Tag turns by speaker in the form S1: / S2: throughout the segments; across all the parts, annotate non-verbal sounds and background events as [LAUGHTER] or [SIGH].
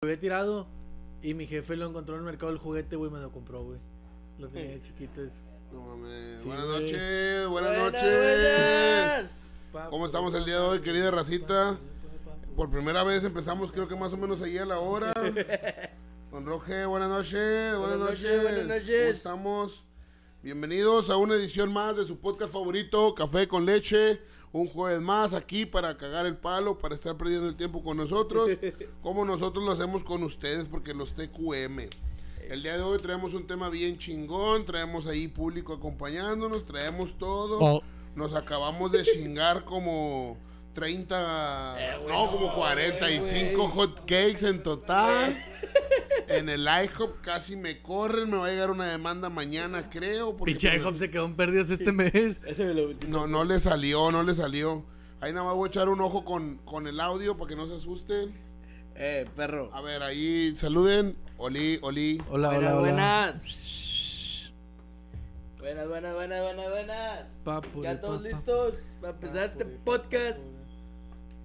S1: Lo había tirado y mi jefe lo encontró en el mercado del juguete, güey, me lo compró, güey. Lo tenía de chiquito. es-
S2: No mames.
S1: Sí,
S2: buenas
S1: güey.
S2: noches, buenas
S3: Buenas,
S2: noches.
S3: buenas.
S1: Pa,
S2: ¿Cómo
S1: pa,
S2: estamos
S1: pa,
S2: el día de hoy,
S1: pa,
S2: querida
S1: pa,
S2: racita?
S1: pa, pa, pa.
S2: Por primera vez empezamos, creo que más o menos ahí a la
S3: [LAUGHS]
S2: hora. Don Roge, buenas noches, buenas,
S3: Buenas noches,
S2: noches.
S3: buenas noches.
S2: ¿Cómo estamos? Bienvenidos a una edición más de su podcast favorito, Café con Leche. Un jueves más aquí para cagar el palo, para estar perdiendo el tiempo con nosotros, como nosotros lo hacemos con ustedes, porque los TQM. El día de hoy traemos un tema bien chingón, traemos ahí público acompañándonos, traemos todo.
S4: Oh.
S2: Nos acabamos de chingar como 30, no, como 45 hot cakes en total. En el IHOP casi me corren, me va a llegar una demanda mañana, creo. porque- pues,
S1: Pinche IHOP se quedó en pérdidas este mes.
S3: Ese me lo metí.
S2: No, no le salió, no le salió. Ahí nada más voy a echar un ojo con, con el audio para que no se asusten.
S3: Eh, perro.
S2: A ver, ahí saluden. Oli, Oli.
S1: Hola,
S3: buenas,
S1: hola, hola.
S3: buenas. Buenas, buenas, buenas, buenas, buenas.
S1: Pa, puri,
S3: ya todos
S1: pa, pa,
S3: listos para empezar este
S1: puri, pa,
S3: podcast.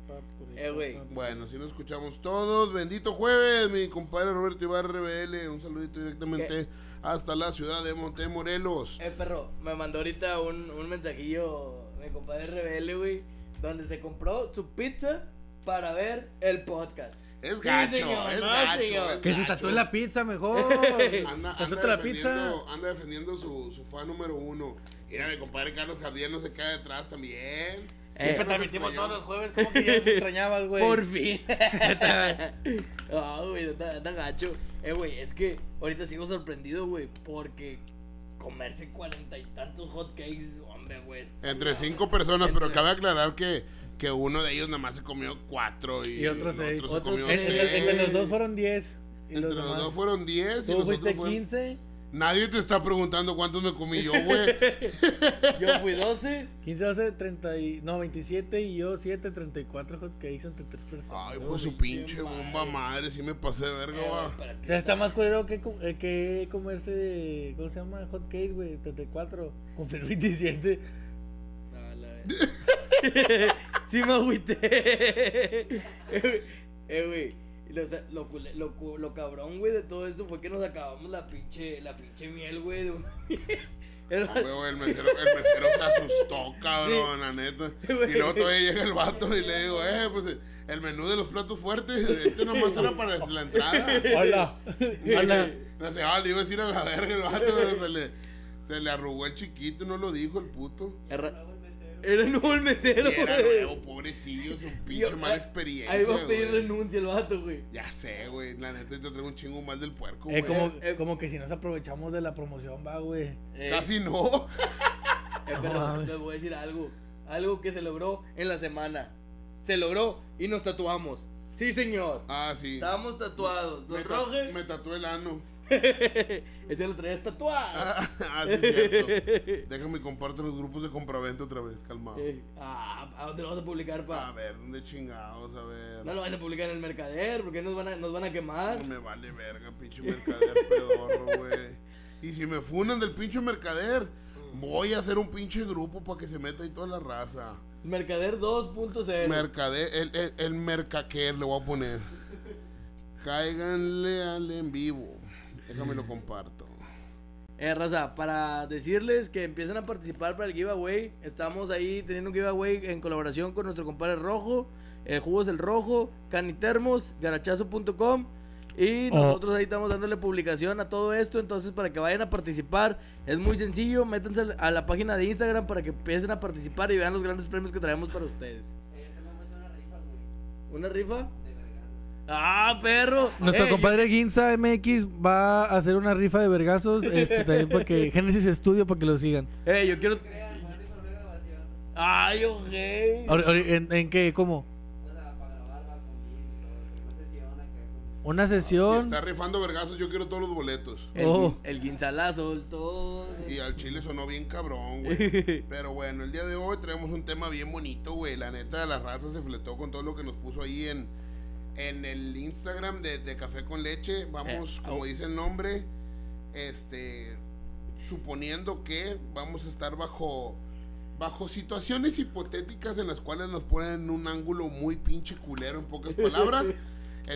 S1: pa, puri,
S3: Eh,
S1: pa,
S3: güey.
S1: pa, pa.
S2: Bueno, si nos escuchamos todos, bendito jueves, mi compadre Roberto Ibarra RBL, un saludito directamente hasta la ciudad de Montemorelos.
S3: Eh, perro, me mandó ahorita un, un mensajillo mi compadre RBL, güey, donde se compró su pizza para ver el podcast.
S2: Es
S3: Sí,
S2: gacho,
S3: señor,
S2: es
S3: no,
S2: gacho.
S3: señor.
S2: es
S1: Que se
S2: gacho.
S1: tatúe la pizza mejor.
S2: [LAUGHS] Anda,
S1: Tatúate
S2: anda
S1: Eh, la pizza.
S2: defendiendo, anda defendiendo su, su fan número uno. Mira, mi compadre Carlos Javier no se queda detrás también.
S1: Eh,
S2: pues,
S3: Siempre
S2: nos extrañamos.
S1: jueves. ¿Cómo que ya
S3: [LAUGHS]
S1: nos extrañabas, güey?
S3: pues,
S1: [LAUGHS]
S3: Por fin. [LAUGHS] Ah, güey, está, está gacho. Eh, güey, es que ahorita sigo sorprendido, güey, porque comerse cuarenta y tantos hotcakes, hombre, güey. es-
S2: Entre cinco personas, pero
S3: Entre-
S2: cabe aclarar que, que uno de ellos nada más se comió cuatro y,
S1: Y otros seis.
S2: otro se
S3: Otros
S2: comió
S3: tres.
S1: Entre,
S2: seis.
S1: entre los dos fueron 10. Y
S2: Entre
S1: los,
S2: los
S1: demás.
S2: dos fueron 10 y
S1: Tú
S2: los
S1: fuiste
S2: otros fueron...
S1: 15.
S2: Nadie te está preguntando cuántos me comí yo, güey.
S1: [LAUGHS]
S3: Yo fui Eh, 12.
S1: 15, 12, 30. Y, no, 27 y yo 7, 34 hotcakes entre tres personas.
S2: Ay,
S3: No,
S2: pues su
S3: pinche
S2: pinche bomba
S3: madre.
S2: madre, sí me pasé de verga,
S3: Eh, güey,
S2: va.
S3: pero es
S1: O
S3: que
S1: sea, está más culero que, co- eh, que comerse. ¿Cómo se llama? Hotcakes, güey. 34. Cumplir 27.
S3: No, la verdad. sí me agüité. [LAUGHS] Eh, güey, eh, güey. y Lo, sa- lo, cule- lo, cu- lo cabrón, güey, de todo esto fue que nos acabamos la pinche, la pinche miel, güey. de una- [LAUGHS] Era-
S2: No, güey, el mesero, el mesero
S1: [LAUGHS]
S2: se asustó, cabrón, la neta.
S3: Güey.
S2: Y luego todavía llega el vato y le digo, eh, pues el menú de los platos fuertes, este nomás era para
S1: [LAUGHS]
S2: la entrada.
S1: Hola. Hola.
S2: [LAUGHS] No sé, ah, le iba a decir a la verga el vato, pero se le, se le arrugó el chiquito, no lo dijo el puto.
S3: era- era nuevo el mesero,
S2: Y era
S3: güey.
S2: nuevo, pobrecillo, es un
S3: Yo-
S2: pinche mala
S3: ahí-
S2: experiencia.
S3: Ahí va a pedir
S2: güey.
S3: renuncia el vato, güey.
S2: Ya sé, güey, la neta, yo te traigo un chingo mal del puerco,
S1: Eh,
S2: güey.
S1: como,
S3: eh.
S1: como que si nos aprovechamos de la promoción, va, güey.
S3: Eh,
S2: Casi no. [LAUGHS]
S3: eh,
S1: No
S3: pero
S1: mames.
S3: les voy a decir algo. Algo que se logró en la semana. Se logró y nos tatuamos. Sí, señor.
S2: Ah, sí.
S3: Estábamos tatuados.
S2: Me,
S3: Don
S2: ta-
S3: Roger.
S2: me tatué el ano.
S3: [LAUGHS]
S2: [LAUGHS]
S3: Ese lo traías tatuado.
S2: Ah, sí, es
S3: [LAUGHS]
S2: cierto. Déjame compartir los grupos de compraventa otra vez, calmado.
S3: Eh, ah, ¿A dónde lo vas a publicar,
S2: A
S3: pa?
S2: ver, ¿dónde chingados? A ver.
S3: No lo vas a publicar en el mercader, porque nos van a, nos van a quemar.
S2: Me vale verga, pinche mercader pedorro, güey. Y si me funan del pinche mercader, voy a hacer un pinche grupo para que se meta ahí toda la raza.
S3: Mercader 2.0.
S2: Mercader, el, el, el mercaquer le voy a poner. Cáiganle al en vivo. Déjame lo comparto.
S3: Eh, raza, para decirles que empiezan a participar para el giveaway, estamos ahí teniendo un giveaway en colaboración con nuestro compadre Rojo, eh, Jugos El Rojo, Canitermos, garachazo.com. Y
S4: Oh.
S3: nosotros ahí estamos dándole publicación a todo esto, entonces para que vayan a participar es muy sencillo, métanse al- a la página de Instagram para que empiecen a participar y vean los grandes premios que traemos para ustedes. ¿Una rifa? ¡Ah, perro!
S1: Nuestro
S3: Eh,
S1: compadre Ginza MX va a hacer una rifa de vergazos este, también para que Genesis Studio para que lo sigan.
S3: Eh, yo quiero. Ay, ojé.
S1: Ahora- ahora, ¿En, en qué? ¿Cómo? Una
S2: Si
S1: sesión.
S2: está rifando vergazos, yo quiero todos los boletos.
S3: El,
S1: Oh.
S3: el guinzalazo, el todo.
S2: Y al chile sonó bien
S1: [LAUGHS]
S2: cabrón, güey. Pero bueno, el día de hoy traemos un tema bien bonito, güey. La neta, la raza se fletó con todo lo que nos puso ahí en, en el Instagram de, de Café con Leche. Vamos,
S3: Eh,
S2: como
S3: au.
S1: oh.
S2: dice el nombre, este, suponiendo que vamos a estar bajo, bajo situaciones hipotéticas en las cuales nos ponen en un ángulo muy pinche culero, en pocas palabras.
S1: [LAUGHS]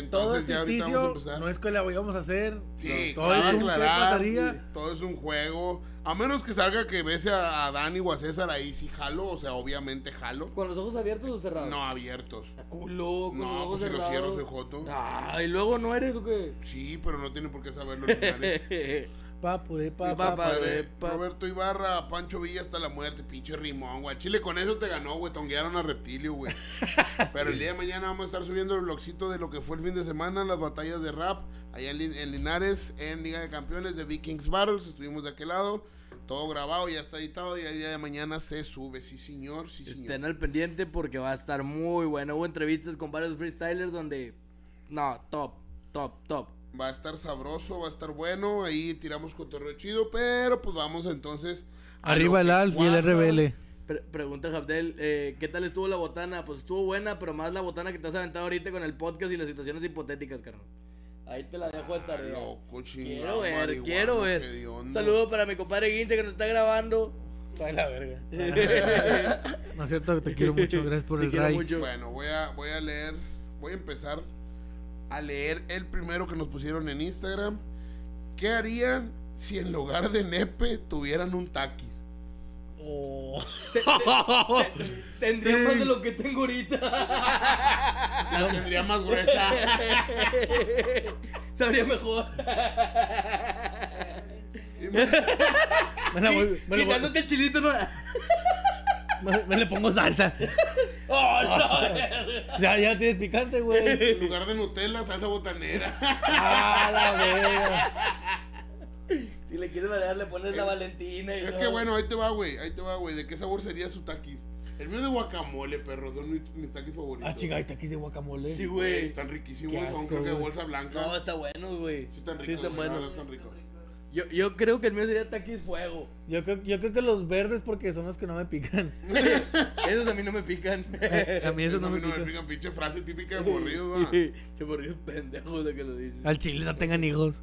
S1: Todo es
S2: Entonces ya ahorita vamos a
S1: ficticio,
S2: empezar.
S1: no es que la vayamos a hacer.
S2: Sí,
S1: todo
S2: cabe
S1: es un qué
S2: aclarar,
S1: pasaría.
S2: Todo es un juego. A menos que salga que ves a, a Dani o a César ahí, sí jalo. O sea, obviamente jalo.
S3: ¿Con los ojos abiertos o cerrados? Ah,
S2: No abiertos.
S3: Culo, con los
S2: No,
S3: ojos
S2: pues si lo cierro
S3: cerrados.
S2: soy joto.
S3: Ah, y luego no eres o qué?
S2: Sí, pero no tiene por qué saberlo los lugares.
S1: Pa, puré, pa,
S3: Pa,
S1: pa,
S3: pa.
S1: puré.
S2: Padre,
S3: pa-
S2: Roberto Ibarra, Pancho Villa hasta la muerte, pinche rimón, güey. Al Chile, con eso te ganó, güey. Tonguearon a Reptilio, [LAUGHS] güey. Pero el día de mañana vamos a estar subiendo el blogcito de lo que fue el fin de semana, las batallas de rap, allá en, Lin- en Linares, en Liga de Campeones de Vikings Battles. Estuvimos de aquel lado, todo grabado, ya está editado y el día de mañana se sube. Sí, señor, sí,
S3: [LAUGHS] Estén
S2: señor.
S3: al pendiente porque va a estar muy bueno. Hubo entrevistas con varios freestylers donde. No, top, top, top.
S2: Va a estar sabroso, va a estar bueno. Ahí tiramos cotorreo chido, pero pues vamos entonces. a lo
S1: Arriba el
S2: que
S1: Alf y el
S2: cuaja.
S1: RBL.
S3: Pre- pregunta Jabdel, eh, ¿qué tal estuvo la botana? Pues estuvo buena, pero más la botana que te has aventado ahorita con el podcast y las situaciones hipotéticas, carnal. Ahí te la dejo de tarea.
S2: Loco,
S3: quiero
S2: chingado,
S3: ver,
S2: marihuano,
S3: quiero ver.
S2: hediondo.
S3: Un saludo para mi compadre Guinche que nos está grabando.
S1: Está la [LAUGHS] verga. No es cierto, te quiero mucho. Gracias por
S3: Te
S1: el
S3: quiero
S1: ray.
S3: mucho.
S2: Bueno, voy a, voy a leer, voy a empezar a leer el primero que nos pusieron en Instagram. ¿Qué harían si en lugar de nepe tuvieran un taquis?
S1: Oh.
S3: Tendría
S1: Sí.
S3: más de lo que tengo ahorita. [LAUGHS]
S2: La tendría más gruesa.
S3: Sabría mejor.
S1: Me, la voy- me, la voy-
S3: [LAUGHS] Quitándote el
S2: [LAUGHS]
S3: chilito, no.
S1: me- me le pongo salsa.
S3: Oh, no.
S1: [LAUGHS] Ya, ya tienes picante,
S2: [LAUGHS]
S1: güey.
S2: En lugar de Nutella, salsa botanera.
S1: Ah, la verga.
S3: Si le quieres variar, le pones la Valentina. Y
S2: Es
S3: todo.
S2: que bueno, ahí te va, güey. Ahí te va, güey. ¿De qué sabor sería su taquis? El mío de guacamole, perro. Son mis, mis taquis favoritos.
S1: Ah, chinga, hay taquis de guacamole.
S3: Sí,
S2: Güey,
S3: güey.
S2: están
S1: Qué
S2: riquísimos.
S1: asco,
S2: Son creo que de
S1: güey.
S2: bolsa blanca.
S3: No, está bueno, güey.
S2: sí están ricos.
S3: Sí, están
S2: güey, la verdad
S3: buenos.
S2: están ricos.
S3: Yo, yo creo que el mío sería taquis
S2: [LAUGHS]
S3: fuego.
S1: Yo creo, yo creo que los verdes porque son los que no me pican.
S3: Esos a mí no
S2: [LAUGHS]
S3: me pican.
S1: Eh, a mí esos
S2: Eso
S1: no
S2: a
S1: me
S2: mí no me
S1: pican.
S2: pican, pinche frase típica de morrido,
S3: [LAUGHS]
S2: va.
S3: Se morrió pendejo de que lo dices.
S1: Al chile no tengan hijos.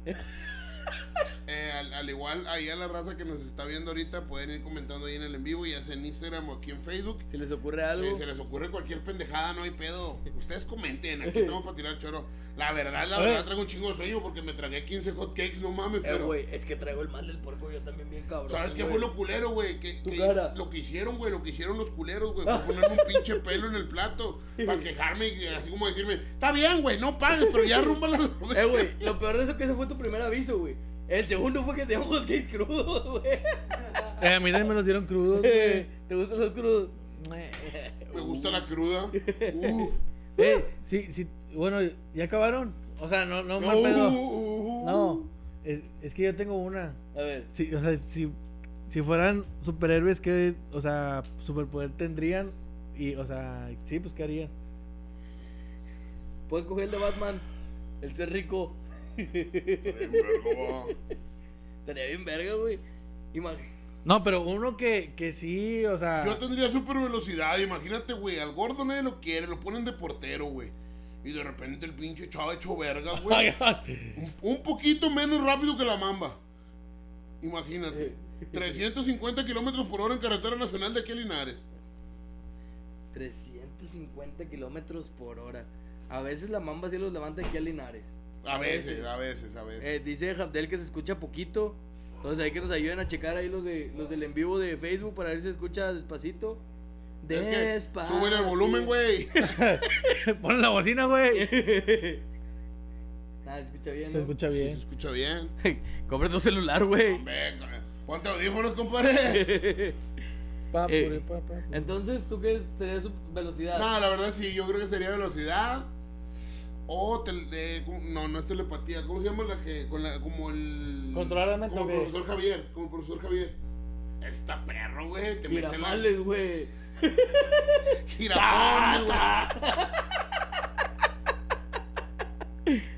S2: Eh, al, al igual, ahí a la raza que nos está viendo ahorita, pueden ir comentando ahí en el en vivo, ya sea en Instagram o aquí en Facebook.
S3: Si les ocurre algo. eh,
S2: Si se les ocurre cualquier pendejada, no hay pedo. Ustedes comenten,
S3: [LAUGHS]
S2: aquí estamos para tirar choro. La verdad, la
S1: Oye.
S2: verdad, traigo un chingo de sueño porque me tragué 15 hot cakes, no mames,
S3: Eh,
S2: pero.
S3: güey, es que traigo el mal del puerco yo también bien cabrón.
S2: ¿Sabes qué
S3: güey.
S2: fue lo culero, güey? Que,
S3: Tu
S2: que
S3: cara.
S2: Lo que hicieron, güey, lo que hicieron los culeros, güey,
S3: [LAUGHS]
S2: fue ponerme un pinche pelo en el plato para quejarme y así como decirme, está bien, güey, no pagues, pero
S3: [LAUGHS]
S2: ya rumba la
S3: Eh, güey, lo peor de eso es que ese fue tu primer aviso, güey. El segundo fue que te dieron hot cakes crudos, güey.
S1: Eh, a mí también me los dieron crudos. güey.
S3: ¿Te gustan los crudos?
S2: Me gusta la cruda. Uf.
S1: Eh, sí, sí. Bueno, ¿ya acabaron? O sea, no, no, mal
S3: uh,
S1: pedo. No, es, es que yo tengo una.
S3: A ver.
S1: Sí, o sea, si, si fueran superhéroes, ¿qué, o sea, superpoder tendrían? Y, o sea, sí, pues, ¿qué harían?
S3: Puedes coger el de Batman, el ser rico. [LAUGHS]
S2: Ay, verga, va.
S3: Estaría bien verga, güey. Imagínate.
S1: No, pero uno que, que sí, o sea...
S2: Yo
S1: [LAUGHS]
S2: tendría super velocidad, imagínate, güey. Al gordo nadie lo quiere, lo ponen de portero, güey. Y de repente el pinche chava hecho verga, güey. un, un poquito menos rápido que la mamba. Imagínate. 350 kilómetros por hora en carretera nacional de aquí a Linares.
S3: 350 kilómetros por hora. A veces la mamba sí los levanta aquí a Linares.
S2: A veces, a veces, a veces.
S3: Eh, dice Jabdel que se escucha poquito. Entonces hay que nos ayuden a checar ahí los, de, los del en vivo de Facebook para ver si se escucha despacito.
S2: Es que
S3: Despacito.
S2: suben el volumen, güey.
S1: [LAUGHS] Pon la bocina, güey.
S3: Ah, se escucha bien.
S1: Se
S3: ¿no? [LAUGHS]
S1: escucha
S2: [LAUGHS] Sí, se
S1: bien.
S2: escucha bien.
S3: Compra tu celular, güey.
S2: Hombre, ponte audífonos, compadre.
S1: Pa,
S3: Eh.
S1: puré, pa, pa, puré.
S3: Entonces, ¿tú qué sería su velocidad?
S2: No, la verdad sí, yo creo que sería velocidad. O tele- eh, ¿cómo- no, no es telepatía. ¿Cómo se llama la que con la como el
S1: Controlar la mente,
S2: Como
S1: ¿o qué?
S2: profesor Javier, como profesor Javier. Esta perro, güey, te metes en la
S3: Girafales, güey.
S2: girafón, güey.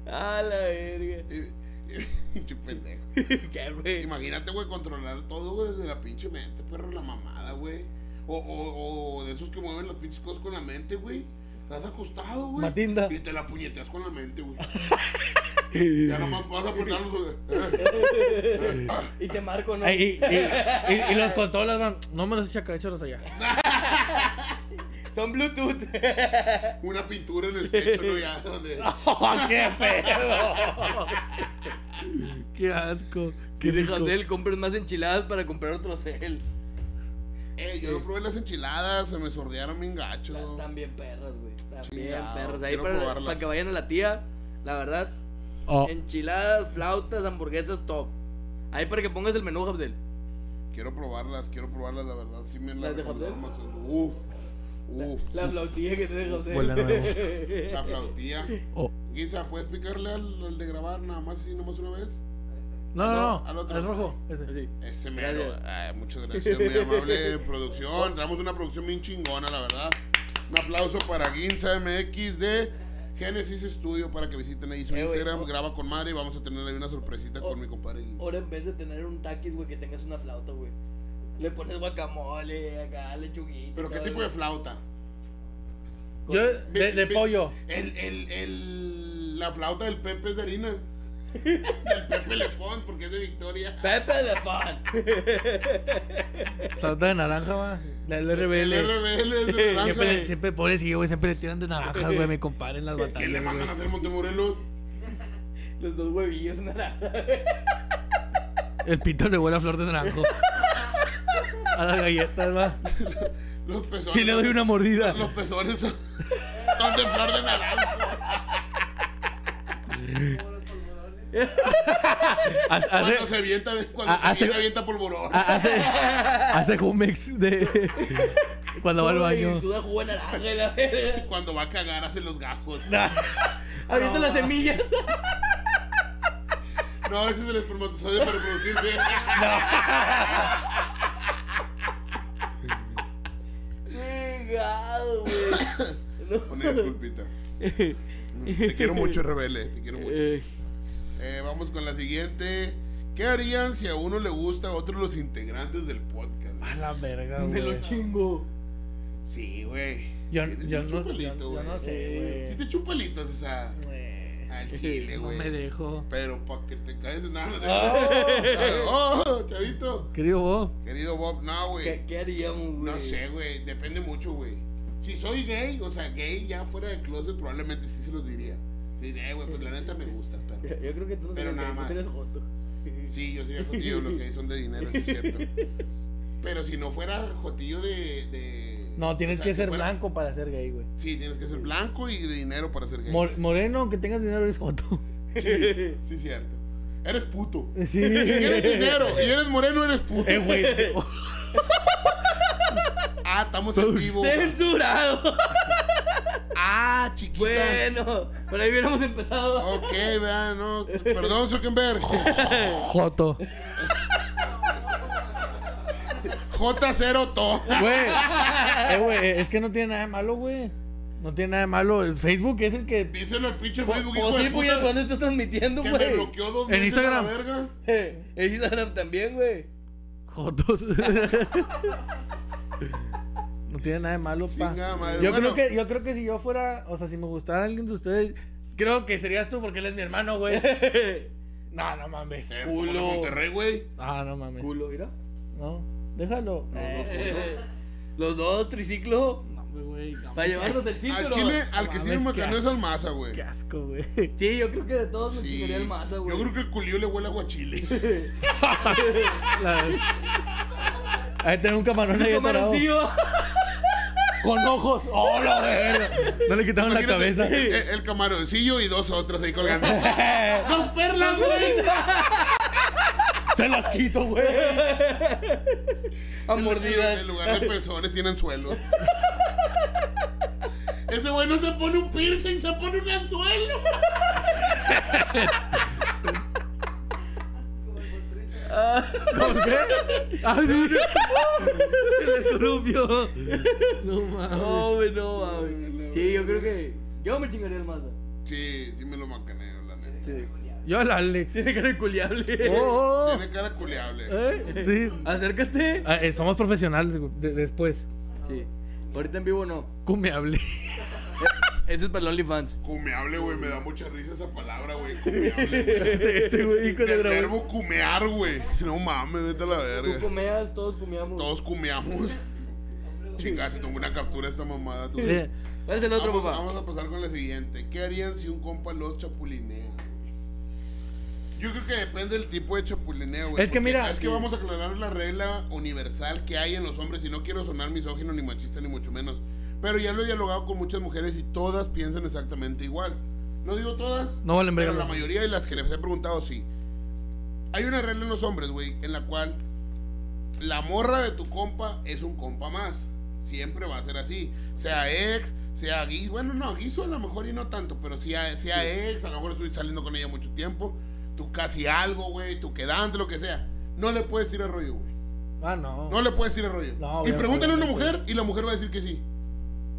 S3: A la verga. [LAUGHS]
S2: Y- y- [LAUGHS] Pinche pendejo.
S3: ¿Qué, güey?
S2: Imagínate, güey, controlar todo, güey, desde la pinche mente, perro, la mamada, güey. O, o, o de esos que mueven las pinches cosas con la mente, güey. Estás acostado, güey.
S1: Matilda.
S2: Y te la puñeteas con la mente, güey. ya nomás vas a poner
S1: [LAUGHS]
S2: los.
S3: Y te marco, ¿no?
S1: [LAUGHS] Ay, [LAUGHS] y, y, y- y los controlas van... No me los echa acá, échalos allá.
S3: Son
S1: [LAUGHS]
S3: Bluetooth.
S2: Una pintura en el techo, ¿no? Ya, donde...
S1: ¡Oh, qué pedo! ¡Qué asco!
S3: Que
S1: ¡Qué
S3: dejas
S1: rico!
S3: de él, compren más enchiladas para comprar otro cel.
S2: Eh, yo no probé las enchiladas, se me sordearon bien gacho.
S3: Están bien perras, güey. Están bien
S2: Chingado,
S3: perras. Ahí
S2: quiero
S3: para,
S2: probarlas.
S3: para que vayan a la tía, la verdad.
S1: Oh,
S3: Enchiladas, flautas, hamburguesas, top. Ahí para que pongas el menú, Abdel.
S2: Quiero probarlas, quiero probarlas, la verdad. Sí me las
S3: ¿Las de
S2: recomendaron
S3: Javier?
S2: bastante. Uf, uf.
S3: La flautilla que te Abdel.
S1: Hola, nuevo.
S3: [LAUGHS]
S2: La flautilla.
S1: oh.
S2: Guisa, ¿puedes picarle al, al de grabar nada más y nomás una vez?
S1: No, no,
S2: al
S1: no.
S2: otro.
S1: El rojo. Ese.
S3: Así.
S2: Ese mero.
S3: Gracias.
S2: Ay, muchas gracias, muy amable [LAUGHS] producción. Traemos una producción bien chingona, la verdad. Un aplauso para Ginza MX de Genesis Studio para que visiten ahí su
S3: Eh, güey,
S2: Instagram.
S3: oh.
S2: Graba con madre y vamos a tener ahí una sorpresita
S3: Oh.
S2: con mi compadre. Ginza.
S3: Ahora en vez de tener un taquis, güey, que tengas una flauta, güey. Le pones guacamole, acá, lechuguita.
S2: ¿Pero qué
S3: todo,
S2: tipo de
S3: güey.
S2: flauta?
S1: Yo, de, de
S2: Ve- ve-
S1: pollo.
S2: El, el, el, la flauta del Pepe es de
S1: [LAUGHS]
S2: harina. del Pepe Lefón, porque es de Victoria.
S3: Pepe de
S2: [LAUGHS]
S3: fan.
S1: Flauta de naranja, va. La del
S2: El
S1: RBL.
S2: RBL
S1: [LAUGHS]
S2: es de naranja.
S1: Siempre, siempre pobrecillo, güey. Siempre le tiran de naranja, güey. Me comparen en las
S2: ¿Qué le
S1: batallas,
S2: mandan a
S1: güey.
S2: hacer Montemorelos?
S3: Los dos huevillos naranja.
S1: El pito le huele a flor de naranjo. A las galletas, va.
S2: Los pezones.
S1: Si le doy una mordida.
S2: Los pezones son, son de flor de naranja.
S1: Hace, [LAUGHS] hace,
S2: Cuando se avienta, cuando
S1: Ah, hace-
S2: se
S1: Ah.
S2: avienta, avienta polvorón.
S1: ha- hace, hace Jumex de. [LAUGHS] Cuando va al baño.
S3: Y suda jugo de naranja y la verga.
S2: Cuando va a cagar, hace los gajos.
S3: Avienta las semillas. [LAUGHS]
S2: No, ese es el espermatozoide
S1: [LAUGHS]
S2: para reproducirse.
S3: Chingado, güey.
S1: [LAUGHS]
S2: Una disculpita. Te quiero mucho, Rebele. Te quiero mucho.
S3: Eh,
S2: Eh, vamos con la siguiente. ¿Qué harían si a uno le gusta a otro los integrantes del podcast? güey?
S1: A la
S2: Ah,
S1: verga,
S3: me lo
S1: güey.
S3: chingo.
S2: Sí, güey.
S1: Yo-
S2: Sí, te
S1: yo
S2: chupa
S1: no-
S2: el hito,
S1: yo- yo
S2: güey.
S1: no sé, güey.
S2: Sí te chupa el hito, César.
S1: Güey,
S2: Al chile,
S1: No
S2: güey.
S1: me dejo.
S2: Pero para que te caes en nada.
S1: Oh,
S2: de- Oh, chavito.
S1: querido Bob.
S2: Querido Bob, no,
S3: [LAUGHS] ¿Qué,
S2: güey.
S3: qué haríamos, güey?
S2: No sé, güey. Depende mucho, güey. Si soy gay, o sea, gay ya fuera del closet, probablemente sí se los diría. Diré, güey, pues la neta me gusta,
S3: Yo,
S2: pero.
S3: yo creo que tú no
S2: Pero
S3: serías,
S2: nada
S3: tú
S2: más.
S3: serías joto.
S2: Sí, yo sería jotillo, los gays son de dinero, sí es cierto. Pero si no fuera jotillo de. de-
S1: No, tienes
S2: o sea,
S1: que ser
S2: fuera-
S1: blanco para ser gay, güey.
S2: Sí, tienes que ser blanco y de dinero para ser gay.
S1: Mor- moreno, que tengas dinero, eres joto.
S2: Sí, cierto. Eres
S1: [LAUGHS]
S2: puto.
S1: Sí.
S2: Y tienes dinero. Y eres moreno, eres puto.
S1: Eh, güey. te-
S2: Ah, estamos en vivo.
S3: ¡Censurado!
S2: Ah, chiquita.
S3: Bueno, por ahí hubiéramos empezado.
S2: Ok, vean, no. Perdón, Zuckerberg.
S1: Joto.
S2: J0 to.
S1: Güey. Eh, güey, es que no tiene nada de malo, güey. No tiene nada de malo. El Facebook es el que.
S2: Díselo al pinche
S3: Pues
S2: Facebook, hijo
S3: pues sí,
S2: de
S3: puñal,
S2: puta,
S3: ¿dónde estás transmitiendo,
S2: que me
S3: güey?
S2: bloqueó dos
S1: En
S2: veces
S1: Instagram.
S2: a la verga.
S3: Eh, En Instagram
S1: [LAUGHS]
S3: también, güey.
S1: Jotos. [LAUGHS] No tiene nada de malo, pa.
S2: Chinga madre.
S1: Yo
S2: Bueno,
S1: creo que, yo creo que si yo fuera, o sea, si me gustara alguien de ustedes, creo que serías tú porque él es mi hermano, güey. No, no mames.
S2: eh, somos de
S3: culo.
S2: Monterrey, güey.
S1: Ah, no mames.
S3: Culo, mira.
S1: No, déjalo.
S3: Eh, [LAUGHS] Los dos, triciclo.
S1: No, güey, no.
S3: Para llevarnos el
S2: Al
S3: círculo.
S2: chile, al que sí me
S1: mames,
S2: macanó
S1: qué
S2: es al
S1: asco.
S2: masa, güey.
S1: Qué asco, güey.
S3: Sí, yo creo que de todos me
S2: Sí.
S3: chingaría el masa, güey.
S2: Yo creo que el culillo le huele
S1: [LAUGHS]
S2: a guachile.
S1: La... Ahí tener un camarón ahí
S3: Un
S1: atorado.
S2: [LAUGHS]
S3: camaroncillo.
S1: Con ojos. ¡Oh, la verga! No le quitaron la cabeza.
S2: El, el camaroncillo y dos otras ahí colgando.
S1: [LAUGHS] ¡Dos perlas,
S2: [LAUGHS]
S1: güey! Se las quito, güey.
S3: A
S2: En
S3: mordidas.
S2: lugar de pezones tienen
S1: [LAUGHS]
S2: suelo. Ese güey no se pone un piercing, se pone un anzuelo.
S1: ¿Con qué? ¡Ay, El escorpio. No mames.
S3: No, güey, no, mames. Sí, yo creo que. Yo me chingaría el masa.
S2: Sí, sí me lo macaneo, la neta.
S3: Sí.
S1: Yo al Alex.
S3: Tiene cara de culiable.
S1: Oh, oh.
S2: Tiene cara culeable.
S1: ¿Eh? Sí.
S3: Acércate.
S1: Ah, eh, somos profesionales güey, de- después.
S3: Sí. Ahorita en vivo no.
S1: Cumeable.
S3: Eso es para el OnlyFans.
S2: Cumeable, güey, me da mucha risa esa
S1: [LAUGHS]
S2: palabra, güey. Cumeable, güey.
S1: Este, [LAUGHS] este güey con
S2: Del
S1: el dragón.
S2: verbo cumear, güey. No mames, vete a la
S3: Tú
S2: verga.
S3: comeas, todos comíamos.
S2: Todos cumeamos. Chingazo, tomó una captura esta mamada. tú.
S1: Eh,
S3: ¿Cuál es el otro,
S2: vamos,
S3: papá?
S2: vamos a pasar con la siguiente. ¿Qué harían si un compa los chapulinea? Yo creo que depende del tipo de chapulineo, güey.
S1: Es que
S2: porque
S1: mira,
S2: Es que
S1: sí.
S2: vamos a aclarar la regla universal que hay en los hombres. Y no quiero sonar misógino, ni machista, ni mucho menos. Pero ya lo he dialogado con muchas mujeres y todas piensan exactamente igual. No digo todas,
S1: No valen
S2: pero
S1: verga.
S2: la mayoría de las que les he preguntado sí. Hay una regla en los hombres, güey, en la cual la morra de tu compa es un compa más. Siempre va a ser así. Sea ex, sea guiso. Bueno, no, guiso a lo mejor y no tanto, pero sea, sea ex, a lo mejor estoy saliendo con ella mucho tiempo. Tú casi algo, güey, tú quedante, lo que sea. No le puedes tirar rollo, güey.
S1: Ah, no.
S2: No le puedes tirar rollo.
S1: No,
S2: y
S1: obviamente,
S2: pregúntale a una
S1: obviamente.
S2: mujer y la mujer va a decir que sí.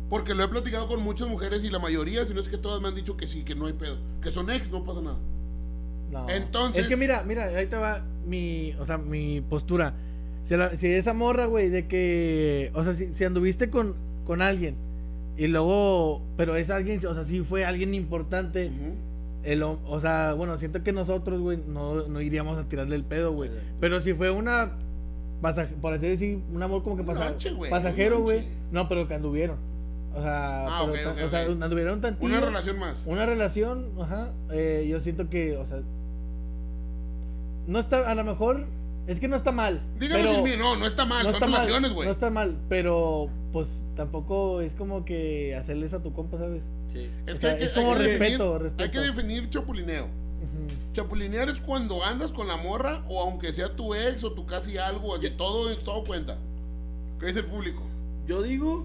S2: Porque lo he platicado con muchas mujeres y la mayoría, si no es que todas me han dicho que sí, que no hay pedo. Que son ex, no pasa nada.
S1: No.
S2: Entonces-
S1: Es que mira, mira, ahí te va mi, o sea, mi postura. Si, la- si esa morra, güey, de que, o sea, si, si anduviste con, con alguien y luego, pero es alguien, o sea, si fue alguien importante,
S2: Ujú.
S1: el hom- o sea, bueno, siento que nosotros, güey, no, no iríamos a tirarle el pedo, güey.
S3: Exacto.
S1: Pero si fue una, pasaje- por así decir, un amor como que
S2: Un
S1: pasa-
S2: lonche, güey,
S1: pasajero,
S2: un lonche.
S1: güey. No, pero que anduvieron. O sea,
S2: Ah,
S1: pero
S2: ok,
S1: tan-
S2: ok,
S1: o sea,
S2: ok.
S1: anduvieron tantito.
S2: Una relación más.
S1: Una relación, ajá, eh, yo siento que, o sea, no está, a lo mejor, es que no está mal.
S2: Dígame
S1: pero
S2: si bien, no, no está mal,
S1: no
S2: son
S1: está mal,
S2: relaciones, güey.
S1: No está mal, pero pues tampoco es como que hacerles a tu compa, ¿sabes?
S3: Sí.
S1: o
S2: Es, que
S1: sea,
S2: hay que-
S1: es como
S2: hay que
S1: respeto,
S2: definir-
S1: respeto.
S2: Hay que definir chapulineo.
S1: Ujú.
S2: Chapulinear es cuando andas con la morra o aunque sea tu ex o tu casi algo, así todo, todo cuenta. ¿Qué dice el público?
S3: Yo digo.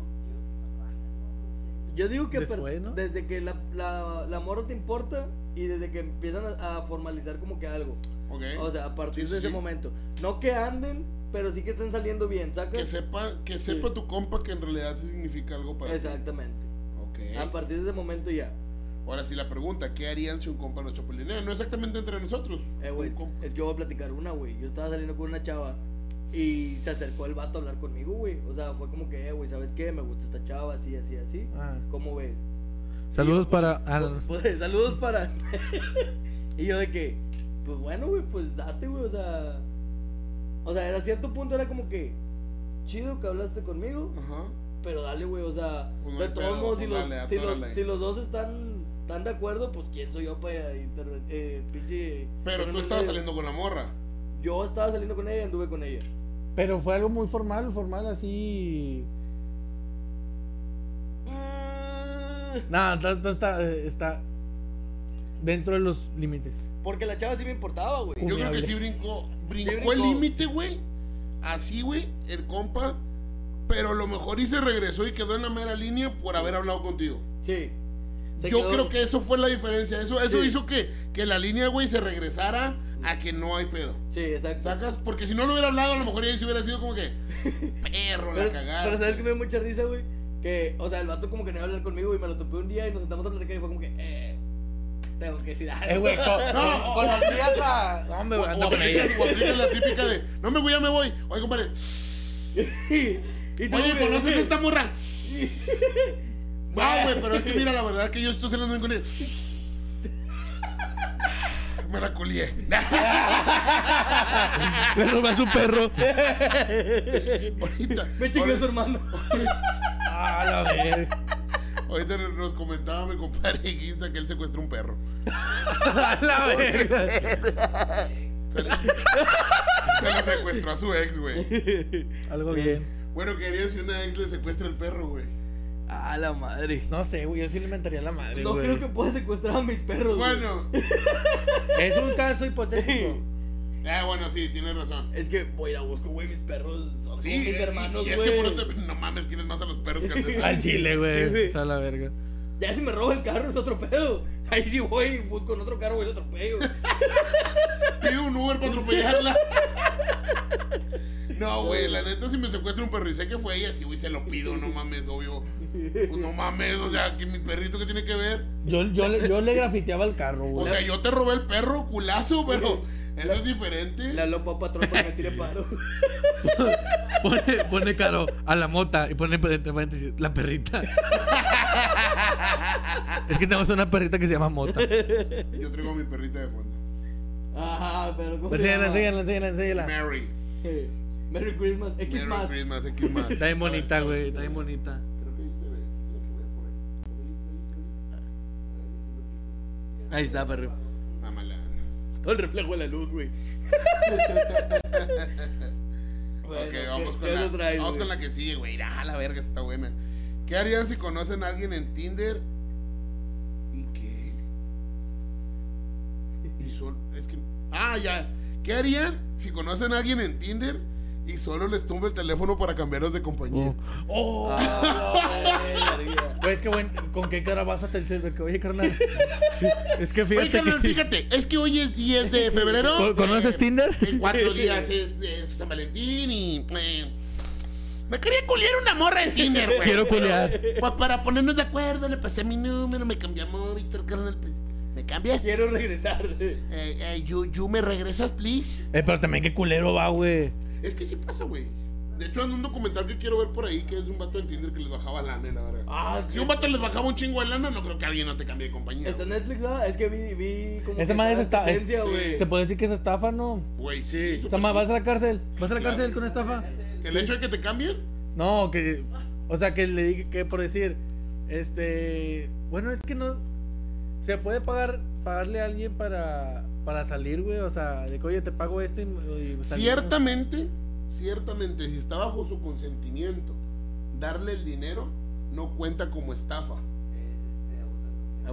S3: Yo digo que per-
S1: Después, ¿no?
S3: desde que la, la, la morra te importa y desde que empiezan a, a formalizar como que algo.
S2: Ok.
S3: O sea, a partir
S2: ¿Eh? Sí,
S3: de
S2: sí,
S3: ese
S2: sí.
S3: momento. No que anden, pero sí que estén saliendo bien,
S2: que
S3: ¿sacas?
S2: sepa, que sepa tu compa que en realidad sí significa algo para ti.
S3: Exactamente.
S2: Ok.
S3: A partir de ese momento ya.
S2: Ahora sí la pregunta, ¿qué harían si un compa los chapulinea? No exactamente entre nosotros.
S3: Eh, güey,
S2: Un compa.
S3: es que yo voy a platicar una, güey. Yo estaba saliendo con una chava y se acercó el vato a hablar conmigo, güey. O sea, fue como que, eh, güey, ¿sabes qué? Me gusta esta chava, así, así, así.
S1: Ah.
S3: ¿Cómo ves?
S1: Saludos
S3: pues,
S1: para... ah,
S3: Pues- pues, saludos para. [LAUGHS] y yo de que, pues bueno, güey, pues date, güey, o sea. O sea, era cierto punto, era como que, chido que hablaste conmigo,
S2: Ajá.
S3: pero dale, güey, o sea,
S2: Pues no
S3: de
S2: hay
S3: todos
S2: pedo,
S3: modos, si,
S2: pues
S3: los,
S2: dale,
S3: si, los,
S2: atórale.
S3: si los dos están, están de acuerdo, pues quién soy yo para interve- eh, pinche.
S2: Pero tú
S3: ponerme en
S2: estabas
S3: medio?
S2: saliendo con la morra.
S3: Yo estaba saliendo con ella y anduve con ella.
S1: pero fue algo muy formal, formal así...
S2: Ah.
S1: No, está, está- está, eh, está dentro de los límites.
S3: Porque la chava sí me importaba, güey.
S2: Yo creo que
S1: Vulnerable.
S2: sí brincó. Brincó,
S3: brincó.
S2: el límite, güey. Así, güey, el compa. Pero a lo mejor y se regresó y quedó en la mera línea por haber hablado contigo.
S3: Sí. Se
S2: Yo
S3: quedó-
S2: creo que eso fue la diferencia. Eso, eso
S3: Sí.
S2: hizo que, que la línea, güey, se regresara a que no hay pedo.
S3: Sí, exacto.
S2: ¿Sacas? Porque si no lo hubiera hablado, a lo mejor ya se hubiera sido como
S3: [LAUGHS]
S2: que. Perro, la
S3: Pero,
S2: cagada.
S3: pero sabes que me dio mucha risa, güey. Que, o sea, el vato como que no iba a hablar conmigo y me lo topé un día y nos sentamos a platicar y fue como que, eh, tengo que decir algo.
S1: Eh, güey, co- [LAUGHS]
S2: No.
S1: conocías a... No, hombre,
S2: O,
S1: anda
S2: o
S1: por ahí.
S2: aplicas, o aplicas la típica de. No me voy, ya me voy. Oye, compadre.
S3: [LAUGHS] y tú,
S2: Oye,
S3: güey,
S2: ¿conoces a esta [LAUGHS] morra? No,
S3: Bueno.
S2: güey, pero es que mira, la verdad que yo estoy saliendo bien con él. [LAUGHS] Me la [LAUGHS] culié.
S1: Me robé a su perro.
S2: Ahorita.
S3: Me chingué a su
S2: ahorita-
S3: hermano. [LAUGHS]
S1: Ah, la ver.
S2: Ahorita nos comentaba mi compadre Guinza que él secuestró un perro.
S1: A la verga.
S2: Se, [LAUGHS] le- se lo secuestró a su ex, güey.
S1: Algo bien.
S2: Bueno, ¿qué harían si una ex le secuestra el perro, güey?
S3: ah, la madre.
S1: No sé, güey. Yo sí le inventaría la madre,
S3: No
S1: güey.
S3: creo que pueda secuestrar a mis perros. güey.
S2: Bueno.
S1: Es un caso hipotético.
S2: Ah, bueno, sí, tienes razón.
S3: [LAUGHS] Es que voy a buscar, güey, mis perros. Son
S2: Sí,
S3: como mis
S2: eh, y-
S3: hermanos,
S2: y,
S3: güey.
S2: es que por eso te- no mames, tienes más a los perros que al
S1: Al
S2: [LAUGHS] César.
S1: chile,
S3: Sí,
S1: güey.
S3: güey.
S1: O sea, la verga.
S3: Ya si me robo el carro es otro pedo. [LAUGHS] Ahí sí voy, y busco en otro carro, güey, lo
S2: [LAUGHS]
S3: atropello.
S2: Pido un Uber para atropellarla. No, güey, la neta, si me secuestra un perro y sé que fue ella, sí, güey, se lo pido, no mames, obvio. Pues no mames, o sea, que mi perrito que tiene que ver.
S1: Yo, yo, le- yo le grafiteaba el carro,
S2: O
S1: güey.
S2: sea, yo te robé el perro, culazo, pero eso es
S3: Le
S2: diferente.
S3: habló papá patrón para que me tire paro.
S2: [LAUGHS]
S1: Pone, pone caro a la mota y pone entre paréntesis la perrita. Es que tenemos una perrita que se llama mota.
S2: Yo traigo a mi perrita de fondo.
S3: Ah, pero ¿cómo se
S1: Enséñala,
S3: llama?
S1: enséñala, enséñala, enséñala.
S2: Mary.
S3: Eh, Merry Christmas. X
S2: Merry
S3: más.
S2: Christmas, X más.
S1: Está bien bonita, güey. Está bien bonita.
S2: Creo que ahí se ve. Creo que voy a por ahí.
S3: Ahí está, perro.
S2: Ah, malandro.
S3: Todo el reflejo de la luz, güey. Bueno,
S2: [LAUGHS] ok,
S3: ¿qué-
S2: vamos, con
S3: qué
S2: la,
S3: otro traes,
S2: vamos
S3: güey?
S2: con la que sigue, güey. Ah, la verga, esta está buena. ¿Qué harían si conocen a alguien en Tinder? ¿Y qué? Y sol- es que- Ah, ya. ¿Qué harían si conocen a alguien en Tinder y solo les tumba el teléfono para cambiarlos de compañía?
S1: ¡Oh!
S3: Ah, no, verga.
S1: Güey, es que, güey, ¿con qué cara vas a Telcel? De que, Oye, carnal. es que fíjate
S2: Oye, carnal,
S1: que...
S2: fíjate, es que hoy es
S1: [LAUGHS]
S2: 10 de febrero.
S1: ¿Con- ¿Conoces
S2: Eh,
S1: Tinder?
S2: En cuatro días es, es San Valentín y. eh, me quería culiar una morra
S1: [LAUGHS]
S2: en Tinder, güey.
S1: Quiero culiar. Eh,
S2: Pues para ponernos de acuerdo, le pasé mi número, me cambiamos, Víctor Carnal. pues, ¿Me cambias? Eh,
S3: [LAUGHS] Quiero regresar. Güey,
S2: eh, you, you, ¿me regresas, please?
S1: Eh, pero también qué culero va, güey.
S2: Es que sí pasa, güey. De hecho, en un documental que quiero ver por ahí, que es de un vato en Tinder que les bajaba lana, la verdad.
S3: Ah,
S2: si un vato les bajaba un chingo de lana, no creo que alguien no te cambie de compañía.
S3: ¿Está en
S2: güey.
S3: Netflix, ¿verdad? Es que vi, vi como.
S1: Esa
S3: que
S1: madre
S3: estaba
S1: se
S3: en
S1: está-
S3: tendencia,
S2: es-
S3: güey.
S1: Se puede decir que es estafa, ¿no?
S2: Güey, sí.
S1: O sea, ma, vas a la cárcel. ¿Vas a la
S2: Claro.
S1: cárcel con estafa?
S2: El hecho de que te cambien,
S1: No, que. O sea, que le dije que por decir. Este. Bueno, es que no. Se puede pagar. Pagarle a alguien para. Para salir, güey. O sea, de que, oye, te pago esto y. y salimos.
S2: Ciertamente, ciertamente, si está bajo su consentimiento, darle el dinero no cuenta como estafa.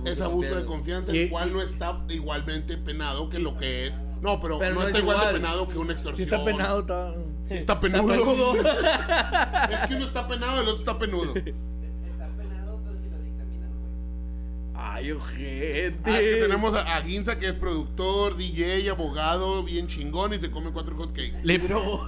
S2: Es abuso de confianza,
S1: Y-
S2: el cual no está igualmente penado que lo que es. No, pero,
S3: Pero
S2: no,
S3: no
S2: está
S3: es
S2: igual de
S3: igual.
S2: penado que una extorsión.
S1: Si está penado, está.
S2: Sí está penudo. [LAUGHS] es que uno está penado, el otro está penudo.
S4: Está penado, pero si lo dictamina el juez.
S3: Ay, ojete.
S2: Ah, es que tenemos a, a Ginza, que es productor, DJ, abogado, bien chingón y se come cuatro hotcakes.
S1: [LAUGHS] Le,
S3: Bro.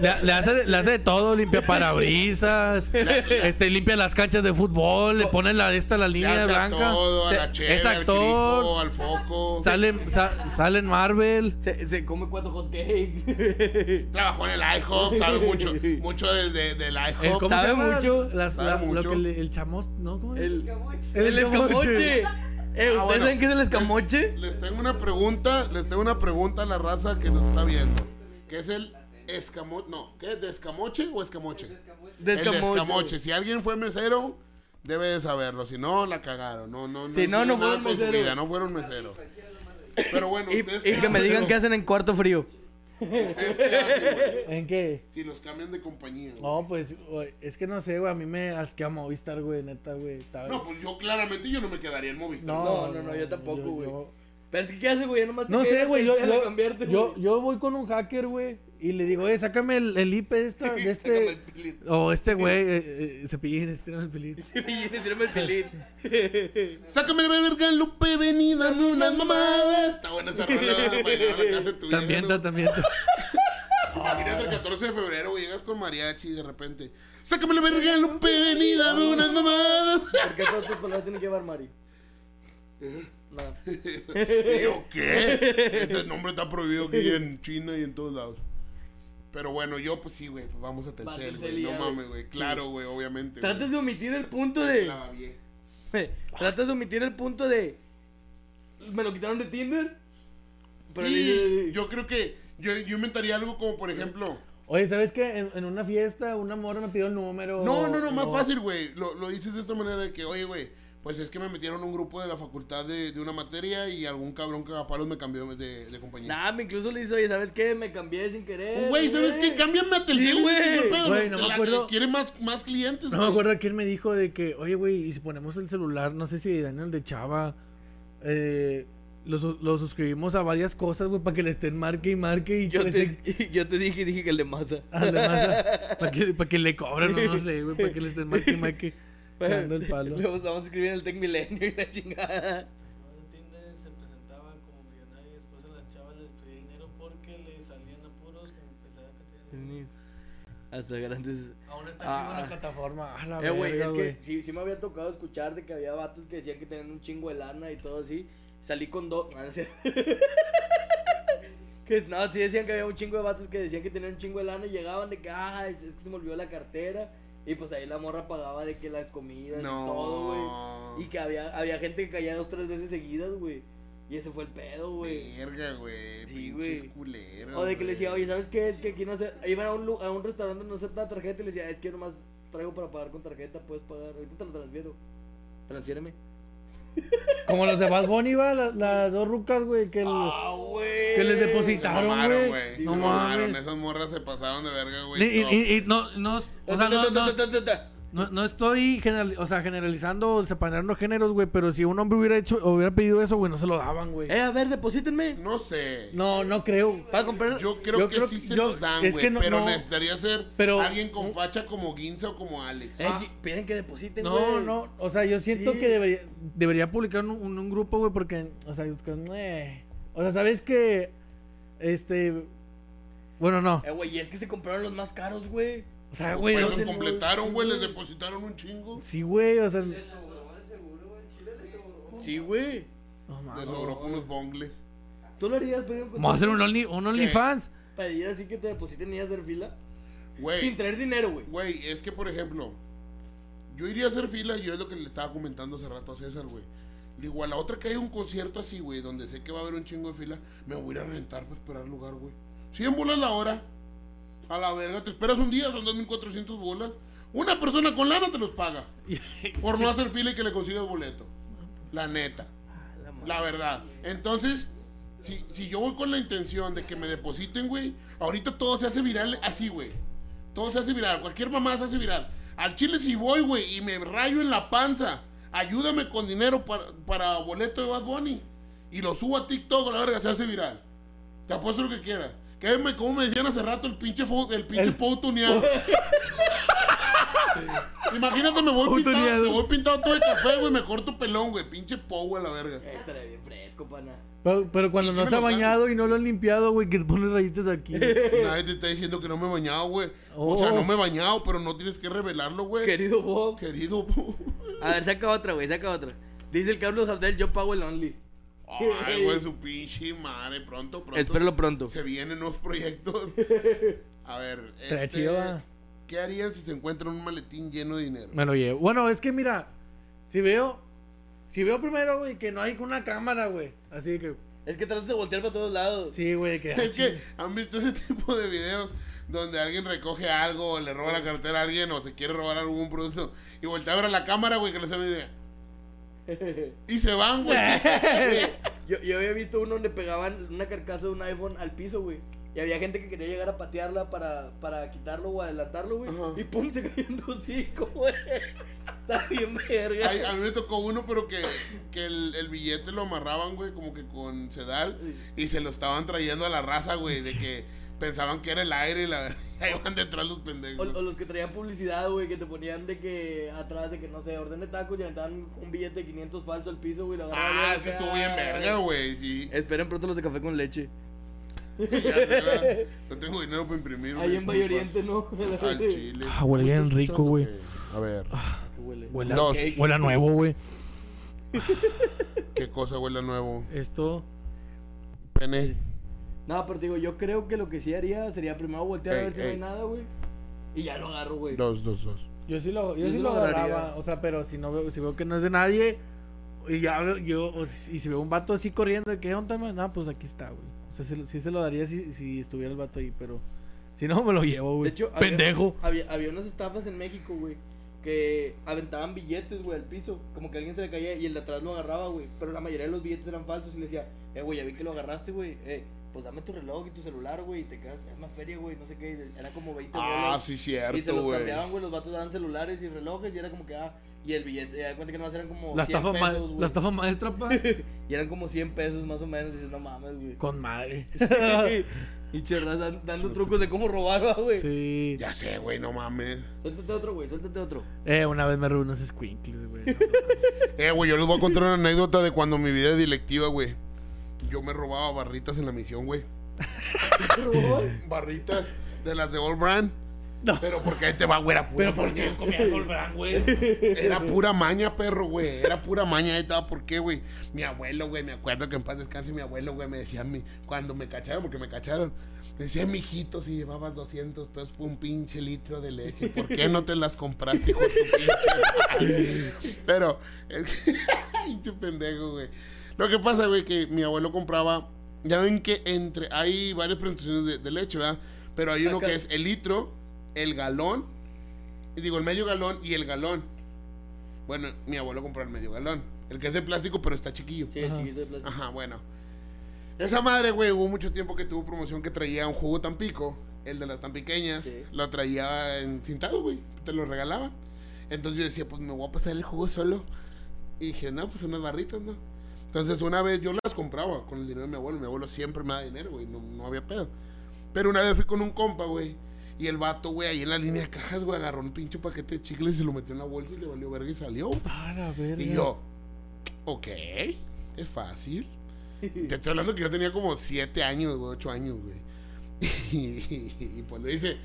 S1: le- le hace, de- le hace de todo, limpia
S2: [LAUGHS]
S1: parabrisas, este, limpia las canchas de fútbol, le pone la esta la
S2: Le
S1: línea
S2: hace a
S1: blanca.
S2: todo, a
S1: Se-
S2: la chela,
S1: es
S2: al
S1: actor,
S2: crico, al foco.
S1: sale, en- sa- sale en Marvel.
S3: Se, se come cuatro hot [LAUGHS] cakes.
S2: Trabajó en el IHOP, sabe
S1: [LAUGHS]
S2: mucho, mucho del de, del
S1: El-
S2: IHOP.
S1: se
S3: sabe
S1: llama?
S3: mucho,
S1: Las-
S2: sabe
S1: la- lo
S2: mucho.
S1: que le- el chamos, ¿no? ¿Cómo es?
S3: El,
S4: Camucho.
S1: El
S3: el
S1: escamoche.
S3: escamoche. Eh, ¿Ustedes
S2: Ah, bueno.
S3: saben qué es el escamoche?
S2: Les tengo una pregunta, les tengo una pregunta a la raza que nos está viendo. ¿Qué es el escamoche? No, ¿qué es de escamoche o escamoche?
S3: De
S2: El
S3: escamoche.
S2: escamoche. Si alguien fue mesero, debe de saberlo. Si no, la cagaron. No, no,
S3: Si no,
S2: hicieron
S3: no
S2: nada
S3: fueron
S2: con su
S3: meseros.
S2: vida, No fueron meseros. Pero bueno,
S3: Y,
S2: ustedes
S3: y que me
S2: hacen?
S3: digan qué hacen en cuarto frío.
S2: ¿Ustedes qué hacen, güey?
S1: ¿En qué?
S2: Si los cambian de compañía. güey.
S1: No, pues, güey, es que no sé, güey. A mí me asquea Movistar, güey, neta, güey. Está-
S2: No, pues yo claramente yo no me quedaría en Movistar.
S3: No, no, no, yo tampoco,
S1: yo-
S3: güey.
S1: yo-
S3: Pero es que, ¿qué hace, güey? Ya Nomás te
S1: No
S3: queda
S1: sé, güey. Yo,
S3: la
S1: yo-
S3: cambiarte,
S1: yo-
S3: [LAUGHS] güey.
S1: yo voy con un hacker, güey, y le digo, oye, sácame el, el IP de, esta, de
S3: Sácame el
S1: este.
S3: pilín. [LAUGHS]
S1: O este güey, eh, eh, cepillín, este no el pelín.
S3: Sí, Villini, tírame el pilín.
S2: [LAUGHS] Sácame la verga, Lupe, ven a dame unas mamadas. Está buena esa rola, bailar a la casa de tu
S1: También,
S2: vieja, ¿no?
S1: ta- también. [LAUGHS] ta-
S2: Imagínate el 14 de febrero, güey, llegas con mariachi y de repente... Sácame la verga, Lupe, ven y dame unas mamadas.
S3: ¿Por qué todas tus palabras tienen que llevar Mari? No.
S2: Digo, ¿qué? Ese nombre está prohibido aquí en China y en todos lados. Pero bueno, yo pues sí, güey, pues vamos a
S3: Va,
S2: Telcel,
S3: Telcel
S2: güey.
S3: y
S2: No
S3: ya,
S2: mames,
S3: güey.
S2: güey. Claro, güey, obviamente. güey.
S3: [LAUGHS] Tratas de omitir el punto
S2: La
S3: de.
S2: babié.
S3: [LAUGHS] Tratas de omitir el punto de. ¿Me lo quitaron de Tinder? Pero
S2: Sí,
S3: dice-
S2: yo creo que... Yo, yo inventaría algo como, por ejemplo...
S1: Oye, ¿sabes qué? En, en una fiesta, una morra me pidió el número.
S2: No, no, no, más
S1: o-
S2: fácil, güey. Lo, lo dices de esta manera de que, oye, güey, pues es que me metieron a un grupo de la facultad de, de una materia y algún cabrón cagapalos me cambió de, de compañía.
S3: Nah, me incluso le dice, oye, ¿sabes qué? Me cambié sin querer.
S2: Güey, ¿sabes qué? Cámbiame a Telcel.
S3: Sí,
S2: ese
S3: güey.
S2: chingo de pedo,
S1: Güey, no me
S2: la-
S1: acuerdo.
S2: Quiere más, más clientes,
S1: No me acuerdo quién me dijo de que, oye, güey, y si ponemos el celular, no sé si Daniel de Chava, eh, lo, su- lo suscribimos a varias cosas, güey, para que le estén marque y marque y que
S3: Yo
S1: le estén... Ah,
S3: te, [LAUGHS] yo te dije, dije que el de masa.
S1: para que, pa' que le cobren, no, no sé, güey, para que le estén marque y marque.
S3: [LAUGHS]
S1: Dando el palo.
S3: Luego vamos a escribir en el Tech Milenio y la chingada.
S5: En Tinder se presentaba como millonario y después a las chavas les pedía dinero porque le salían apuros como pensaba que tenían.
S3: Hasta grandes.
S1: Aún está
S3: activa
S1: activa
S3: Ah.
S1: la
S3: la
S1: plataforma. A
S3: Eh, güey, es que sí, sí me había tocado escuchar de que había vatos que decían que tenían un chingo de lana y todo así. Salí con dos. Ah, no es cierto. [LAUGHS] que no, sí decían que había un chingo de vatos que decían que tenían un chingo de lana y llegaban de que, ah, es es que se me olvidó la cartera. Y pues ahí la morra pagaba de que las comidas y todo, güey.
S2: No.
S3: Y que había, había gente que caía dos, tres veces seguidas, güey. Y ese fue el pedo, güey.
S2: Verga, güey.
S3: Sí,
S2: pinches
S3: güey.
S2: culeros.
S3: O de que le
S2: güey.
S3: decía, oye, ¿sabes qué? Es que aquí no se... Iban a un, lu- a un restaurante donde no acepta tarjeta y le decía, es que yo nomás traigo para pagar con tarjeta, puedes pagar. Ahorita te lo transfiero. Transfiéreme.
S1: Como los de Bad Bunny, va, la- las dos rucas, güey, que, el-
S3: Ah, güey.
S1: que les
S2: Se
S1: depositaron,
S2: mamaron,
S1: güey.
S2: güey.
S1: no
S2: se mamaron.
S1: mames.
S2: Esas morras se pasaron de verga,
S1: Y,
S2: güey.
S1: y-
S2: No.
S1: y- y no, no, o sea, no, no,
S3: Ta, ta, ta, ta.
S1: no- no estoy general- o sea, generalizando o separando géneros, güey, pero si un hombre hubiera hecho, hubiera pedido eso, güey, no se lo daban, güey.
S3: Eh, a ver, deposítenme.
S2: No sé.
S1: No, no creo.
S3: Para comprar.
S2: Yo creo
S1: Yo
S2: que
S1: creo
S2: sí
S1: que-
S2: se
S1: yo-
S2: los dan, güey.
S1: es que no-
S2: pero
S1: no.
S2: necesitaría ser
S1: Pero-
S2: alguien con facha como Ginza o como Alex.
S3: Eh, y- piden que depositen, güey.
S1: No, no, o sea, yo siento
S3: Sí.
S1: que debería, debería publicar un, un- un grupo, güey, porque, o sea, que, eh. o sea, sabes que, este, bueno, no,
S3: Eh, güey, y es que se compraron los más caros, güey.
S1: o sea, güey,
S2: Pues
S1: no
S2: los
S1: sé-
S2: completaron, güey.
S3: sí.
S2: Les depositaron un chingo.
S1: sí, güey, o sea,
S4: Se sobró, de seguro, güey. Chile se sobró.
S3: Sí, güey.
S1: no
S2: Les
S1: mames.
S2: sobró con unos bongles.
S3: ¿Tú lo harías, pero
S1: Vamos a hacer un Only- un OnlyFans.
S3: Para ir así que te depositen y hacer fila. Sin
S2: Güey,
S3: traer dinero, güey.
S2: güey, es que por ejemplo, yo iría a hacer fila. Yo es lo que le estaba comentando hace rato a César, güey. Le Digo, a la otra que hay un concierto así, güey, donde sé que va a haber un chingo de fila, me voy a ir a rentar para esperar lugar, güey. 100 bolas la hora. A la verga, te esperas un día, son 2400 bolas. Una persona con lana te los paga. Por no hacer fila y que le consigas boleto. La neta. La verdad. Entonces, si, si yo voy con la intención de que me depositen, güey, ahorita todo se hace viral así, güey. Todo se hace viral. Cualquier mamá se hace viral. Al chile si voy, güey, y me rayo en la panza. Ayúdame con dinero para, para boleto de Bad Bunny. Y lo subo a TikTok, a la verga, se hace viral. Te apuesto lo que quieras. Que me, como me decían hace rato, el pinche, fo- el pinche
S1: El-
S2: Pou tuneado. [LAUGHS] Imagínate, me voy, pintado,
S1: tuneado.
S2: me voy pintado todo de café, güey, me corto pelón, güey. Pinche Pou a la verga.
S3: Eh, estaría bien fresco, pana.
S1: [LAUGHS] Pero, pero cuando
S2: Y sí
S1: no
S2: me
S1: se ha
S2: lo dan.
S1: bañado y no lo han limpiado, güey, que pone rayitas [LAUGHS] aquí.
S2: Nadie te está diciendo que no me he bañado, güey. O sea,
S1: Oh.
S2: no me he bañado, pero no tienes que revelarlo, güey.
S3: Querido Bob.
S2: Querido. [LAUGHS]
S3: A ver, saca otra, güey, saca otra. Dice el Carlos Abdel, yo pago el Only.
S2: Ay, güey, su pinche madre. Pronto, pronto.
S3: Espéralo pronto.
S2: Se vienen nuevos
S1: [LAUGHS]
S2: proyectos. A ver,
S1: Estaría
S2: este,
S1: chido, va.
S2: ¿qué harían si se encuentran un maletín lleno de dinero?
S1: Me lo llevo. Bueno, es que mira, si veo, si veo primero, güey, que no hay una cámara, güey. Así que,
S3: Es que tratas de voltear para todos lados.
S1: sí, güey, que. [LAUGHS]
S2: [LAUGHS] Es que han visto ese [LAUGHS] tipo de videos donde alguien recoge algo, o le roba la cartera a alguien, o se quiere robar algún producto, y voltea a ver a la cámara, güey, que le se ve
S1: [LAUGHS]
S2: y se van, güey. [LAUGHS]
S3: Yo, yo había visto uno donde pegaban una carcasa de un iPhone al piso, güey. Y había gente que quería llegar a patearla para, para quitarlo o adelantarlo, güey.
S2: Ajá.
S3: Y pum, se cayó en dos hocico, güey. [LAUGHS] Está bien verga.
S2: Ay, a mí me tocó uno, pero que, que el, el billete lo amarraban, güey, como que con sedal, y se lo estaban trayendo a la raza, güey, de que pensaban que era el aire y la verdad, [LAUGHS] ahí van detrás los
S3: O,
S2: pendejos.
S3: o los que traían publicidad, güey, que te ponían de que atrás de que no sé, ordene tacos y aventaban un billete de 500 falso al piso, güey. lo agarraban
S2: Ah,
S3: y
S2: sí
S3: acá.
S2: estuvo bien verga, güey,
S3: [LAUGHS]
S2: sí.
S3: Esperen pronto los de café con leche.
S2: Ya sé, ¿verdad? No tengo dinero para imprimir,
S3: Ahí en Valle
S2: disculpa.
S3: Oriente, ¿no?
S2: Al
S3: [LAUGHS]
S2: chile.
S1: Ah, huele bien
S2: ¿Estás
S1: rico, güey.
S2: escuchando? A ver,
S3: Que huele.
S1: Huele, a-
S2: Dos.
S1: huele a nuevo, güey.
S2: ¿qué cosa huele a nuevo?
S1: Esto.
S2: Pene.
S3: No, pero te digo, yo creo que lo que sí haría sería primero voltear a
S2: Ey,
S3: ver si no
S2: ey.
S3: hay nada, güey. Y ya lo agarro, güey.
S2: Dos, dos, dos.
S1: Yo sí lo, yo
S3: Yo
S1: sí
S3: sí
S1: lo
S3: lo agarraría.
S1: agarraba. O sea, pero si no veo, si veo que no es de nadie, y ya veo, yo, o si, y si veo un vato así corriendo, ¿de ¿qué onda, man? Ah, pues aquí está, güey. O sea, se lo- sí se lo daría si, si estuviera el vato ahí, pero. Si no, me lo llevo, güey.
S3: De hecho, había-
S1: pendejo.
S3: Había, había unas estafas en México, güey, que aventaban billetes, güey, al piso. Como que alguien se le caía y el de atrás lo agarraba, güey. Pero la mayoría de los billetes eran falsos y le decía, eh, güey, ya vi que lo agarraste, güey. Eh, pues dame tu reloj y tu celular, güey, y te quedas, es más feria, güey, no sé qué. Era como 20
S2: Ah,
S3: bolas.
S2: sí,
S3: Y te
S2: cierto,
S3: los
S2: güey.
S3: cambiaban, güey, los vatos daban celulares y relojes y era como que, ah, y el billete, ya de cuenta que nomás eran como
S1: La
S3: 100
S1: estafa, ma-
S3: pesos, güey.
S1: la estafa maestra,
S2: [LAUGHS]
S1: pa.
S3: Y eran como 100 pesos más o menos, y dices, no mames, güey.
S1: Con madre. [LAUGHS]
S3: [LAUGHS] y cherras dan- dando trucos de cómo robar, güey.
S1: Sí.
S2: Ya sé, güey, no mames.
S3: Suéltate otro, güey, suéltate otro.
S1: Eh, una vez me robé unos squinkles,
S2: [LAUGHS]
S1: güey. no,
S2: Eh, güey, yo les voy a contar una anécdota de cuando mi vida es directiva, güey. Yo me robaba barritas en la misión, güey. Barritas de las de All Brand.
S1: No.
S2: Pero porque ahí te va, güey, era pura
S1: Pero ¿por qué comías Solbrán,
S2: [LAUGHS]
S1: güey?
S2: Era pura maña, perro, güey. Era pura maña. Ahí estaba, ¿por qué, güey? Mi abuelo, güey, me acuerdo que en paz descanse mi abuelo, güey, me decía, a mí, cuando me cacharon, porque me cacharon, decía, mijito, si llevabas 200 pesos por un pinche litro de leche, ¿por qué no te las compraste, [LAUGHS] hijo de tu pinche? madre?" Pero, es que, pinche pendejo, güey. Lo que pasa, güey, que mi abuelo compraba. Ya ven que entre. Hay varias presentaciones de, de leche, ¿verdad? Pero hay uno
S3: Acá.
S2: que es el litro, el galón. y Digo, el medio galón y el galón. Bueno, mi abuelo compró el medio galón. El que es de plástico, pero está chiquillo.
S3: Sí, el
S1: Ajá. Ah.
S3: chiquito de plástico.
S2: Ajá, bueno. Esa madre, güey, hubo mucho tiempo que tuvo promoción que traía un jugo tan pico, el de las tan pequeñas,
S3: Sí.
S2: lo traía encintado, güey, te lo regalaban. Entonces yo decía, pues me voy a pasar el jugo solo. Y dije, no, pues unas barritas, ¿no? Entonces una vez yo las compraba con el dinero de mi abuelo, mi abuelo siempre me da dinero, güey, no, no había pedo. Pero una vez fui con un compa, güey, y el vato, güey, ahí en la línea de cajas, güey, agarró un pinche paquete de chicles y se lo metió en la bolsa y le valió verga y salió. güey.
S1: A la verga.
S2: Y yo, ok, es fácil. Te estoy hablando que yo tenía como 7 años, güey, 8 años, güey. [LAUGHS] Y, pues le dice,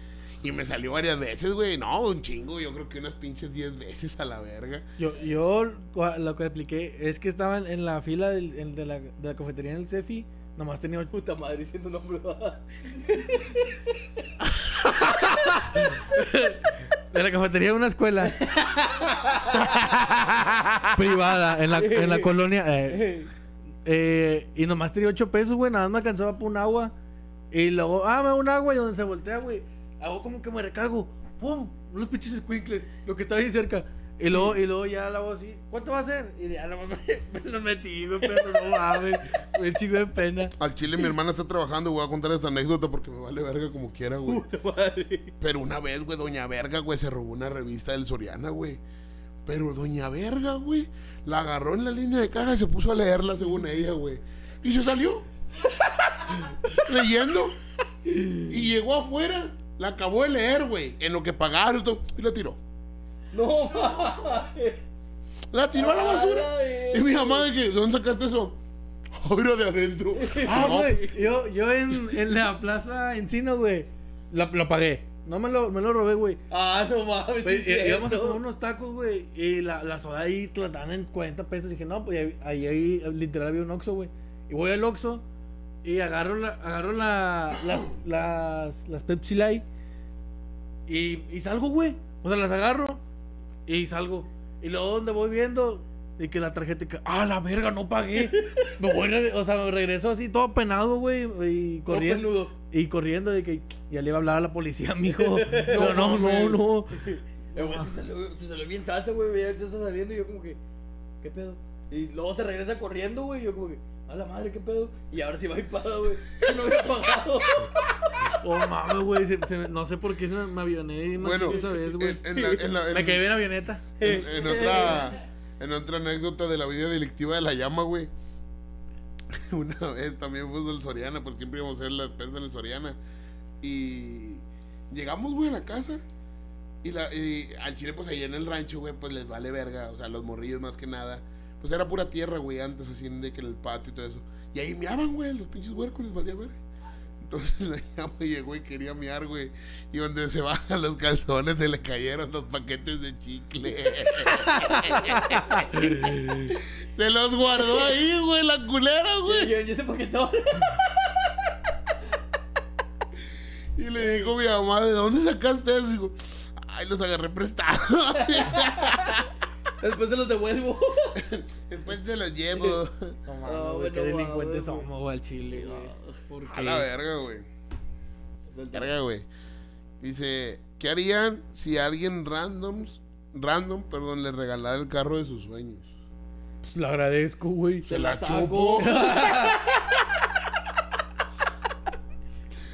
S2: y me salió varias veces, güey. No, un chingo, yo creo que unas pinches 10 veces a la verga.
S1: Yo, yo cua- lo que apliqué es que estaban en la fila del- en- de, la, de la cafetería en el Cefi. Nomás tenía ocho.
S3: Puta madre, siendo nombre.
S1: De la cafetería de una
S2: [LAUGHS]
S1: escuela. [LAUGHS] privada, en la, en la colonia. eh, eh, y nomás tenía ocho pesos, güey. Nada más me alcanzaba para un agua. Y luego, ah, me da un agua. Y donde se voltea, güey. Hago como que me recargo. ¡Pum! Unos pinches squinkles. Lo que estaba ahí cerca. Y luego, y luego ya la hago así. ¿Cuánto va a ser? Y ya nomás [LAUGHS] me, me lo metí, güey, pero no mames. Un chingo de pena.
S2: Al chile mi hermana está trabajando, voy a contar esta anécdota porque me vale verga como quiera, güey.
S3: Puta madre.
S2: Pero una vez, güey, Doña Verga, güey, se robó una revista del Soriana, güey. Pero Doña Verga, güey, la agarró en la línea de caja y se puso a leerla según ella, güey. Y se salió. [LAUGHS] leyendo. Y llegó afuera, la acabó de leer, güey. En lo que pagaron y todo, y la tiró.
S3: No mames.
S2: La tiró a la
S3: A la
S2: basura. Y
S3: verga.
S2: mi mamá, de que, ¿dónde sacaste eso? [LAUGHS] Ahora de adentro.
S1: Ah,
S2: No,
S1: güey. Yo, yo en, en la plaza Encino, güey. la- Lo, pagué. No me lo, me lo robé, güey.
S3: Ah, no mames.
S1: Güey,
S3: sí
S1: eh,
S3: es
S1: íbamos a
S3: cierto.
S1: comer unos tacos, güey. Y la, la soda ahí te la dan en 40 pesos. dije, no, pues ahí, ahí, ahí literal había un Oxxo, güey. Y voy al Oxxo y agarro, la, agarro la, las, las, las Pepsi Light. Y, y salgo, güey. O sea, las agarro y salgo. Y luego donde voy viendo, y que la tarjeta, que, ah, la verga, no pagué. Me voy, re- o sea, me regreso así todo penado, güey. Y
S3: Todo
S1: corriendo.
S3: peludo.
S1: Y corriendo de que ya le iba a hablar a la policía,
S3: [LAUGHS]
S1: mijo. No, no, no,
S2: mames.
S1: no.
S3: Eh,
S1: Ah.
S3: güey, se, salió, se salió bien salsa, güey. Ya se está saliendo y yo como que, ¿qué pedo? Y luego se regresa corriendo, güey. y Yo como que, a la madre, ¿qué pedo? Y ahora sí va y paga, güey. Yo no
S1: [LAUGHS]
S3: había pagado.
S1: Oh, mames, güey. se- se me- no sé por qué se me, me avioné más
S2: Bueno,
S1: chico esa vez, güey.
S2: en- en la- en la- en-
S1: Me quedé en avioneta.
S2: [LAUGHS] en, en otra en otra anécdota de la vida delictiva de la llama, güey. [LAUGHS] Una vez también fuimos al Soriana, porque siempre íbamos a hacer las pesas en el Soriana. Y llegamos, güey, a la casa. Y, la, y al chile, pues allá en el rancho, güey, pues les vale verga. O sea, los morrillos más que nada. Pues era pura tierra, güey, antes, así de que en el patio y todo eso. Y ahí meaban, güey, los pinches huercos les valía verga. Entonces [LAUGHS] la llama llegó y quería miar, güey. Y donde se bajan los calzones se le cayeron los paquetes de chicle. se los guardó ahí, güey, la culera,
S3: Y
S2: güey.
S3: yo, ¿y ese paquetón?
S2: Y le dijo mi mamá, ¿de dónde sacaste eso? Y digo, ay, los agarré prestados.
S3: Después se los devuelvo.
S2: [LAUGHS] Después te los llevo.
S1: No
S3: No,
S1: mames, güey.
S3: güey,
S1: Qué
S3: no
S1: delincuentes
S3: mames, güey.
S1: somos, güey, al chile, güey. Pues, ¿Por
S2: A la
S1: qué?
S2: verga, güey. Verga, güey. Dice, ¿qué harían si alguien randoms, random, perdón, le regalara el carro de sus sueños?
S1: Pues, lo agradezco, güey.
S3: Se la
S2: chupo.
S3: saco.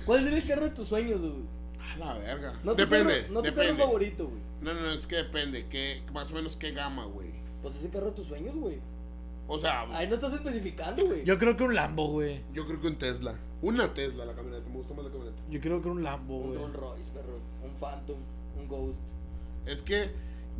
S3: ¿Cuál sería el carro de tus sueños, güey?
S2: A la verga.
S3: No tu
S2: depende.
S3: carro- no tu carro
S2: depende.
S3: favorito, güey.
S2: No, no, no, es que depende. ¿qué, más o menos qué gama, güey.
S3: Pues ese carro de tus sueños, güey.
S2: O sea,
S3: Ahí no estás especificando, güey.
S1: Yo creo que un Lambo, güey.
S2: yo creo que un Tesla. Una Tesla, la camioneta. Me gusta más la camioneta.
S1: Yo creo que un Lambo,
S3: Un
S1: güey.
S3: Rolls Royce, perro. Un Phantom. Un Ghost.
S2: Es que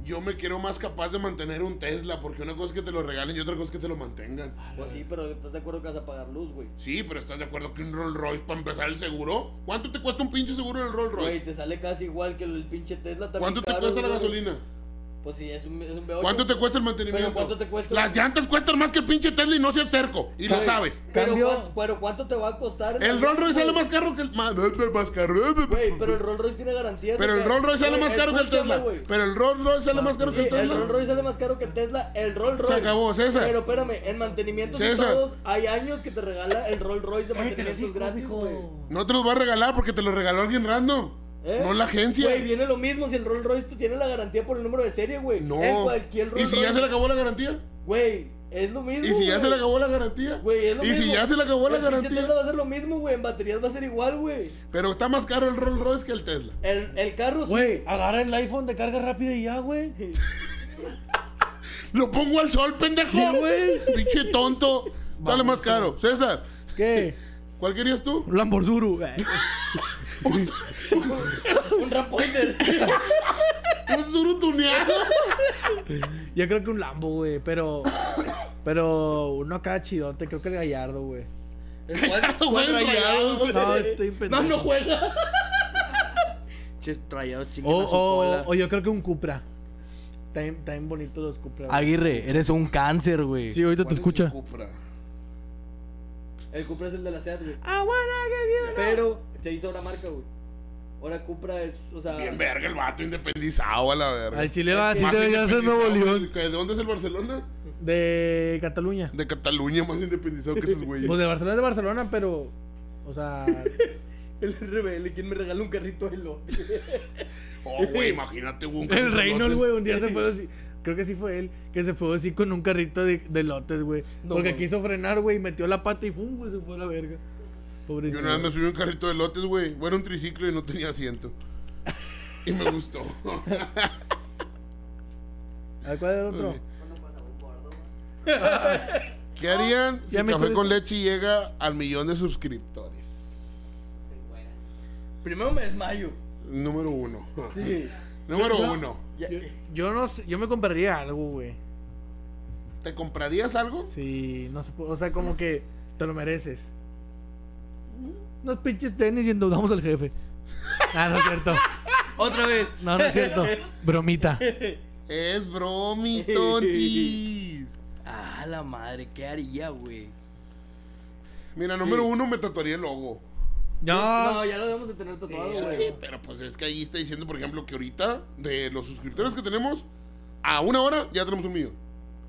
S2: yo me quiero más capaz de mantener un Tesla. Porque una cosa es que te lo regalen y otra cosa es que te lo mantengan.
S3: Pues sí, pero estás de acuerdo que vas a pagar luz, güey.
S2: Sí, pero ¿estás de acuerdo que un Rolls Royce para empezar el seguro? ¿Cuánto te cuesta un pinche seguro del Rolls Royce?
S3: Güey, te sale casi igual que el pinche Tesla también.
S2: ¿Cuánto te
S3: caro,
S2: cuesta la
S3: güey.
S2: gasolina?
S3: Pues sí, es un, es un V8.
S2: ¿Cuánto te cuesta el mantenimiento?
S3: Pero ¿cuánto te cuesta?
S2: Las llantas cuestan más que el pinche Tesla y no seas terco. Y lo
S3: Pero-
S2: sabes.
S3: Pero,
S1: Cambio-
S3: ¿cuán- pero ¿cuánto te va a costar?
S2: El Rolls Royce sale
S3: Güey,
S2: más caro que el. Más, más caro.
S3: Güey, pero el Rolls Royce tiene garantía.
S2: Pero el Rolls Royce sale más caro que el Tesla. Pero el Rolls Royce sale más caro que el
S3: eh, Ah, el Rolls
S2: Tesla.
S3: Royce sale más caro que el Tesla. El Rolls Royce.
S2: Se acabó, César.
S3: Pero espérame, en mantenimientos
S2: César.
S3: usados hay años que te regala el Rolls Royce de mantenimientos gratis, güey.
S2: No te los va a regalar porque te los regaló alguien random.
S3: ¿Eh?
S2: No la agencia.
S3: Güey, viene lo mismo si el Rolls Royce te tiene la garantía por el número de serie, güey. En
S2: No.
S3: cualquier Rolls
S2: ¿Y si ya
S3: Royce-
S2: se le acabó la garantía?
S3: Güey, es lo mismo.
S2: ¿Y si ya
S3: güey.
S2: se le acabó la garantía?
S3: Güey, es lo
S2: ¿Y
S3: mismo.
S2: si ya se le acabó la
S3: El pinche Tesla
S2: garantía?
S3: va a ser lo mismo, güey. En baterías va a ser igual, güey.
S2: Pero está más caro el Rolls Royce que el Tesla.
S3: El, el carro sí.
S1: Güey, agarra el iPhone de carga rápida y ya, güey.
S2: Lo pongo al sol, pendejo.
S1: Sí, güey.
S2: Pinche tonto. Sale más caro. César,
S1: ¿Qué?
S2: ¿cuál querías tú?
S1: Lamborzuru. güey.
S3: Un rampointer.
S2: Un surutuneado.
S1: Yo creo que un Lambo, güey, pero. Pero uno acá chidote, creo que el Gallardo, güey.
S3: Cuatro
S2: güey, rayados,
S3: güey.
S1: No, estoy
S3: No,
S1: pendejo.
S3: no juega. [LAUGHS] Che, rayados chingón
S1: O, o, o yo creo que un Cupra. También, también bonitos los Cupra. güey.
S3: Aguirre, eres un cáncer, güey.
S1: Sí, ahorita te escucha.
S3: El Cupra es el de la SEAT, güey.
S1: Ah, bueno, qué
S3: Pero se hizo ahora marca, güey. Ahora Cupra es, o sea...
S2: Bien verga el vato independizado a la verga.
S1: Al Chile va, así
S2: Más
S1: debería ser Nuevo
S2: independizado
S1: León.
S2: que- ¿De dónde es el Barcelona?
S1: De Cataluña.
S2: De Cataluña, más independizado que esos güeyes.
S1: Pues de Barcelona es de Barcelona, pero. O [LAUGHS] sea.
S3: El [LAUGHS] RBL, ¿quién me regala un carrito de lote? [LAUGHS]
S2: Oh, güey, imagínate, güey. un
S1: El
S2: carrito
S1: Reynolds,
S2: lotes.
S1: güey, un día se fue así. Creo que sí fue él, que se fue así con un carrito de, de lotes, güey.
S3: No,
S1: porque
S3: mames.
S1: quiso frenar, güey, y metió la pata y ¡fum! güey, se fue a la verga.
S2: Yo
S1: Pobrecito.
S2: una vez me subí a un carrito de lotes, güey. Bueno, un triciclo y no tenía asiento. Y me gustó.
S1: ¿A ver, cuál era el otro?
S2: [LAUGHS] ¿Qué harían si
S1: ya me
S2: Café con
S1: parece.
S2: Leche llega al millón de suscriptores?
S3: Primero me desmayo.
S2: Número uno.
S3: Sí.
S2: Número
S1: Yo-
S2: uno.
S3: Ya-
S1: Yo, yo no sé, yo me compraría algo, güey.
S2: ¿Te comprarías algo?
S1: Sí, no se puede- O sea, como que te lo mereces. Unos pinches tenis y endeudamos al jefe. Ah, no es cierto.
S3: Otra vez.
S1: No, no es cierto. Bromita.
S2: Es bromis, tontis.
S3: Ah, la madre, ¿qué haría, güey?
S2: Mira, número uno me tatuaría el logo.
S1: No,
S3: No, ya lo debemos de tener tatuado,
S2: Sí,
S3: güey.
S2: pero pues es que ahí está diciendo, por ejemplo, que ahorita de los suscriptores que tenemos, a una hora ya tenemos un millón.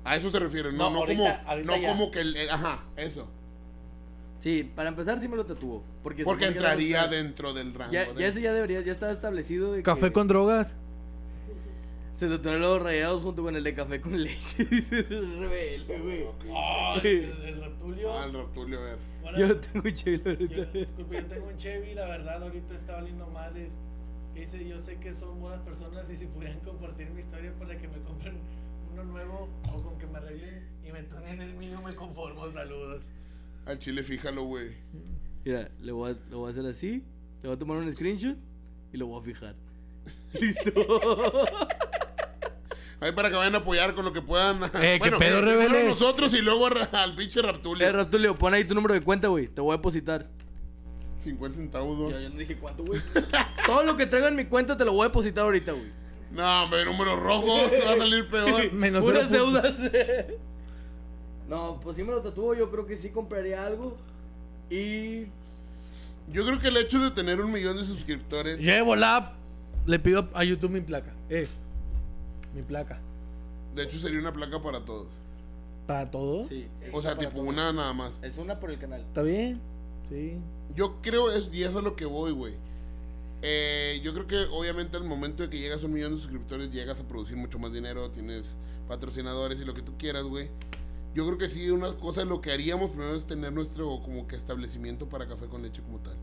S2: A eso se refiere, no,
S1: No,
S2: no,
S1: ahorita-
S2: como,
S1: ahorita
S2: no
S1: ya.
S2: como que el, el- ajá, eso.
S3: Sí, para empezar sí me lo tatuó.
S2: Porque
S3: Porque, supongo que era-
S2: entraría dentro del rango.
S3: Ya,
S2: de-
S3: ya eso ya debería, ya está establecido.
S1: [LAUGHS]
S3: de
S1: café
S3: que
S1: con drogas.
S3: Se tatuaron los rayados junto con el de café con leche. [LAUGHS] Dice el rebelde, güey.
S5: Ay, el, el Reptulio.
S2: Ah, el Raptulio, a ver.
S5: Bueno,
S3: Yo tengo un chévere
S5: Yo,
S3: ahorita.
S5: disculpe, yo tengo un Chevy, la verdad, ahorita está valiendo madres. Que Dice, yo sé que son buenas personas y si pudieran compartir mi historia para que me compren uno nuevo o con que me arreglen y me tonen el mío, me conformo. Saludos.
S2: Al chile, fíjalo, güey.
S3: Mira, le voy, a, lo voy a hacer así, le voy a tomar un screenshot y lo voy a fijar. [LAUGHS] Listo. [LAUGHS]
S2: Ahí para que vayan a apoyar con lo
S1: [LAUGHS]
S2: que puedan.
S1: Eh, ¿qué pedo,
S2: primero
S1: rebelde?
S2: nosotros y luego a Ra- al pinche Raptulio.
S3: El rato le pon ahí tu número de cuenta, güey. Te voy a depositar.
S2: 50 centavos. ¿no?
S3: Yo, yo no dije cuánto, güey. [LAUGHS] Todo lo que traiga en mi cuenta te lo voy a depositar ahorita, güey.
S2: No, hombre, número rojo, te va a salir
S5: [LAUGHS]
S2: peor.
S1: Menos
S3: Puras
S1: cero punto-
S3: deudas. [LAUGHS] no, pues sí me lo tatuó. Yo creo que sí compraría algo. Y.
S2: Yo creo que el hecho de tener un millón de suscriptores
S1: Llevo la. Le pido a YouTube mi placa. Eh. Mi placa.
S2: De hecho, sería una placa para todos.
S1: ¿Para todos?
S3: Sí. sí,
S2: O sea,
S3: para
S2: tipo
S3: todo.
S2: una nada más.
S3: Es una por el canal.
S1: ¿Está bien? Sí.
S2: Yo creo, es, y eso es a lo que voy, güey. Eh, yo creo que obviamente al momento de que llegas a un millón de suscriptores, llegas a producir mucho más dinero, tienes patrocinadores y lo que tú quieras, güey. Yo creo que sí, una cosa lo que haríamos primero es tener nuestro como que establecimiento para café con leche como tal.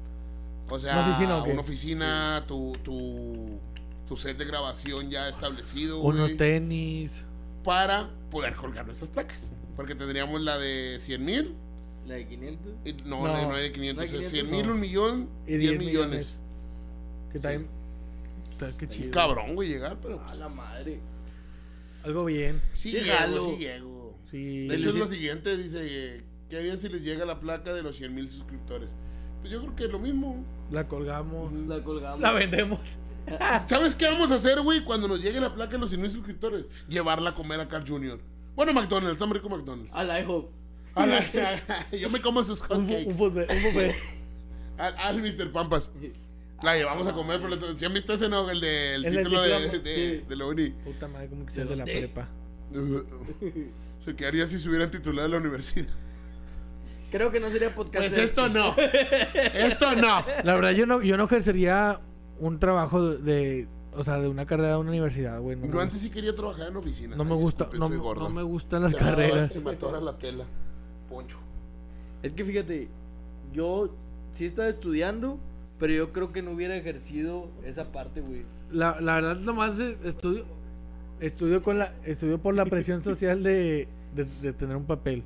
S2: O sea,
S1: ¿Una oficina o qué?
S2: una oficina, tu, tu, tu set de grabación ya establecido.
S1: Unos
S2: güey.
S1: tenis.
S2: para poder colgar nuestras placas. Porque tendríamos la de 100 mil.
S3: La de 500.
S2: y- No,
S1: No,
S2: no, no hay de 500.
S3: no hay
S2: o sea,
S3: 500,
S2: 100 mil,
S1: no.
S2: un millón
S1: Y
S2: 10
S1: 10
S2: millones.
S1: millones. Que también. está- Qué chido.
S2: Cabrón, güey, llegar, pero. pues,
S3: A pues, la madre.
S1: Algo bien.
S2: Sí,
S3: Sí,
S2: llego,
S3: jalo.
S2: sí llego.
S1: Sí.
S2: De hecho, es
S3: Lucien-
S2: lo siguiente: dice, eh, ¿qué harían si les llega la placa de los 100 mil suscriptores? Pues yo creo que es lo mismo.
S1: La colgamos.
S3: La colgamos.
S1: La vendemos.
S2: ¿Sabes qué vamos a hacer, güey, cuando nos llegue la placa de los 100 suscriptores? Llevarla a comer a Carl Jr. Bueno, McDonald's, tan rico McDonald's.
S3: A la IHOP.
S2: A la- [LAUGHS] yo me como esos
S1: Ah. Un, fu- un
S2: hotcakes.
S1: buffet, un
S2: [LAUGHS]
S1: buffet.
S2: Al, al
S1: [LAUGHS]
S2: Mr. Pampas. La llevamos a comer, pero la- ¿sí viste ese no? El del
S1: El del
S2: título de,
S1: diploma,
S2: de,
S1: sí.
S2: de
S1: [LAUGHS]
S2: la uni.
S1: Puta madre, como que sea de la
S3: ¿De?
S1: prepa.
S2: Se quedaría si se hubieran titulado de la universidad.
S3: Creo que no sería podcast.
S2: Pues esto [LAUGHS] no. Esto no.
S1: La verdad, yo no, yo no ejercería un trabajo de, de- O sea, de una carrera de una universidad, güey. No,
S2: Yo
S1: me-
S2: antes sí quería trabajar en oficina.
S1: no me
S2: Ay,
S1: gusta.
S2: disculpen,
S1: No,
S2: soy
S1: me-
S2: gordo.
S1: no me gustan las
S2: Ya,
S1: carreras.
S2: Se me atora la tela. Poncho.
S3: Es que fíjate, yo sí estaba estudiando, pero yo creo que no hubiera ejercido esa parte, güey.
S1: La, la verdad, nomás es- estudio. Estudio, con la, estudio por la presión social de, de- de tener un papel.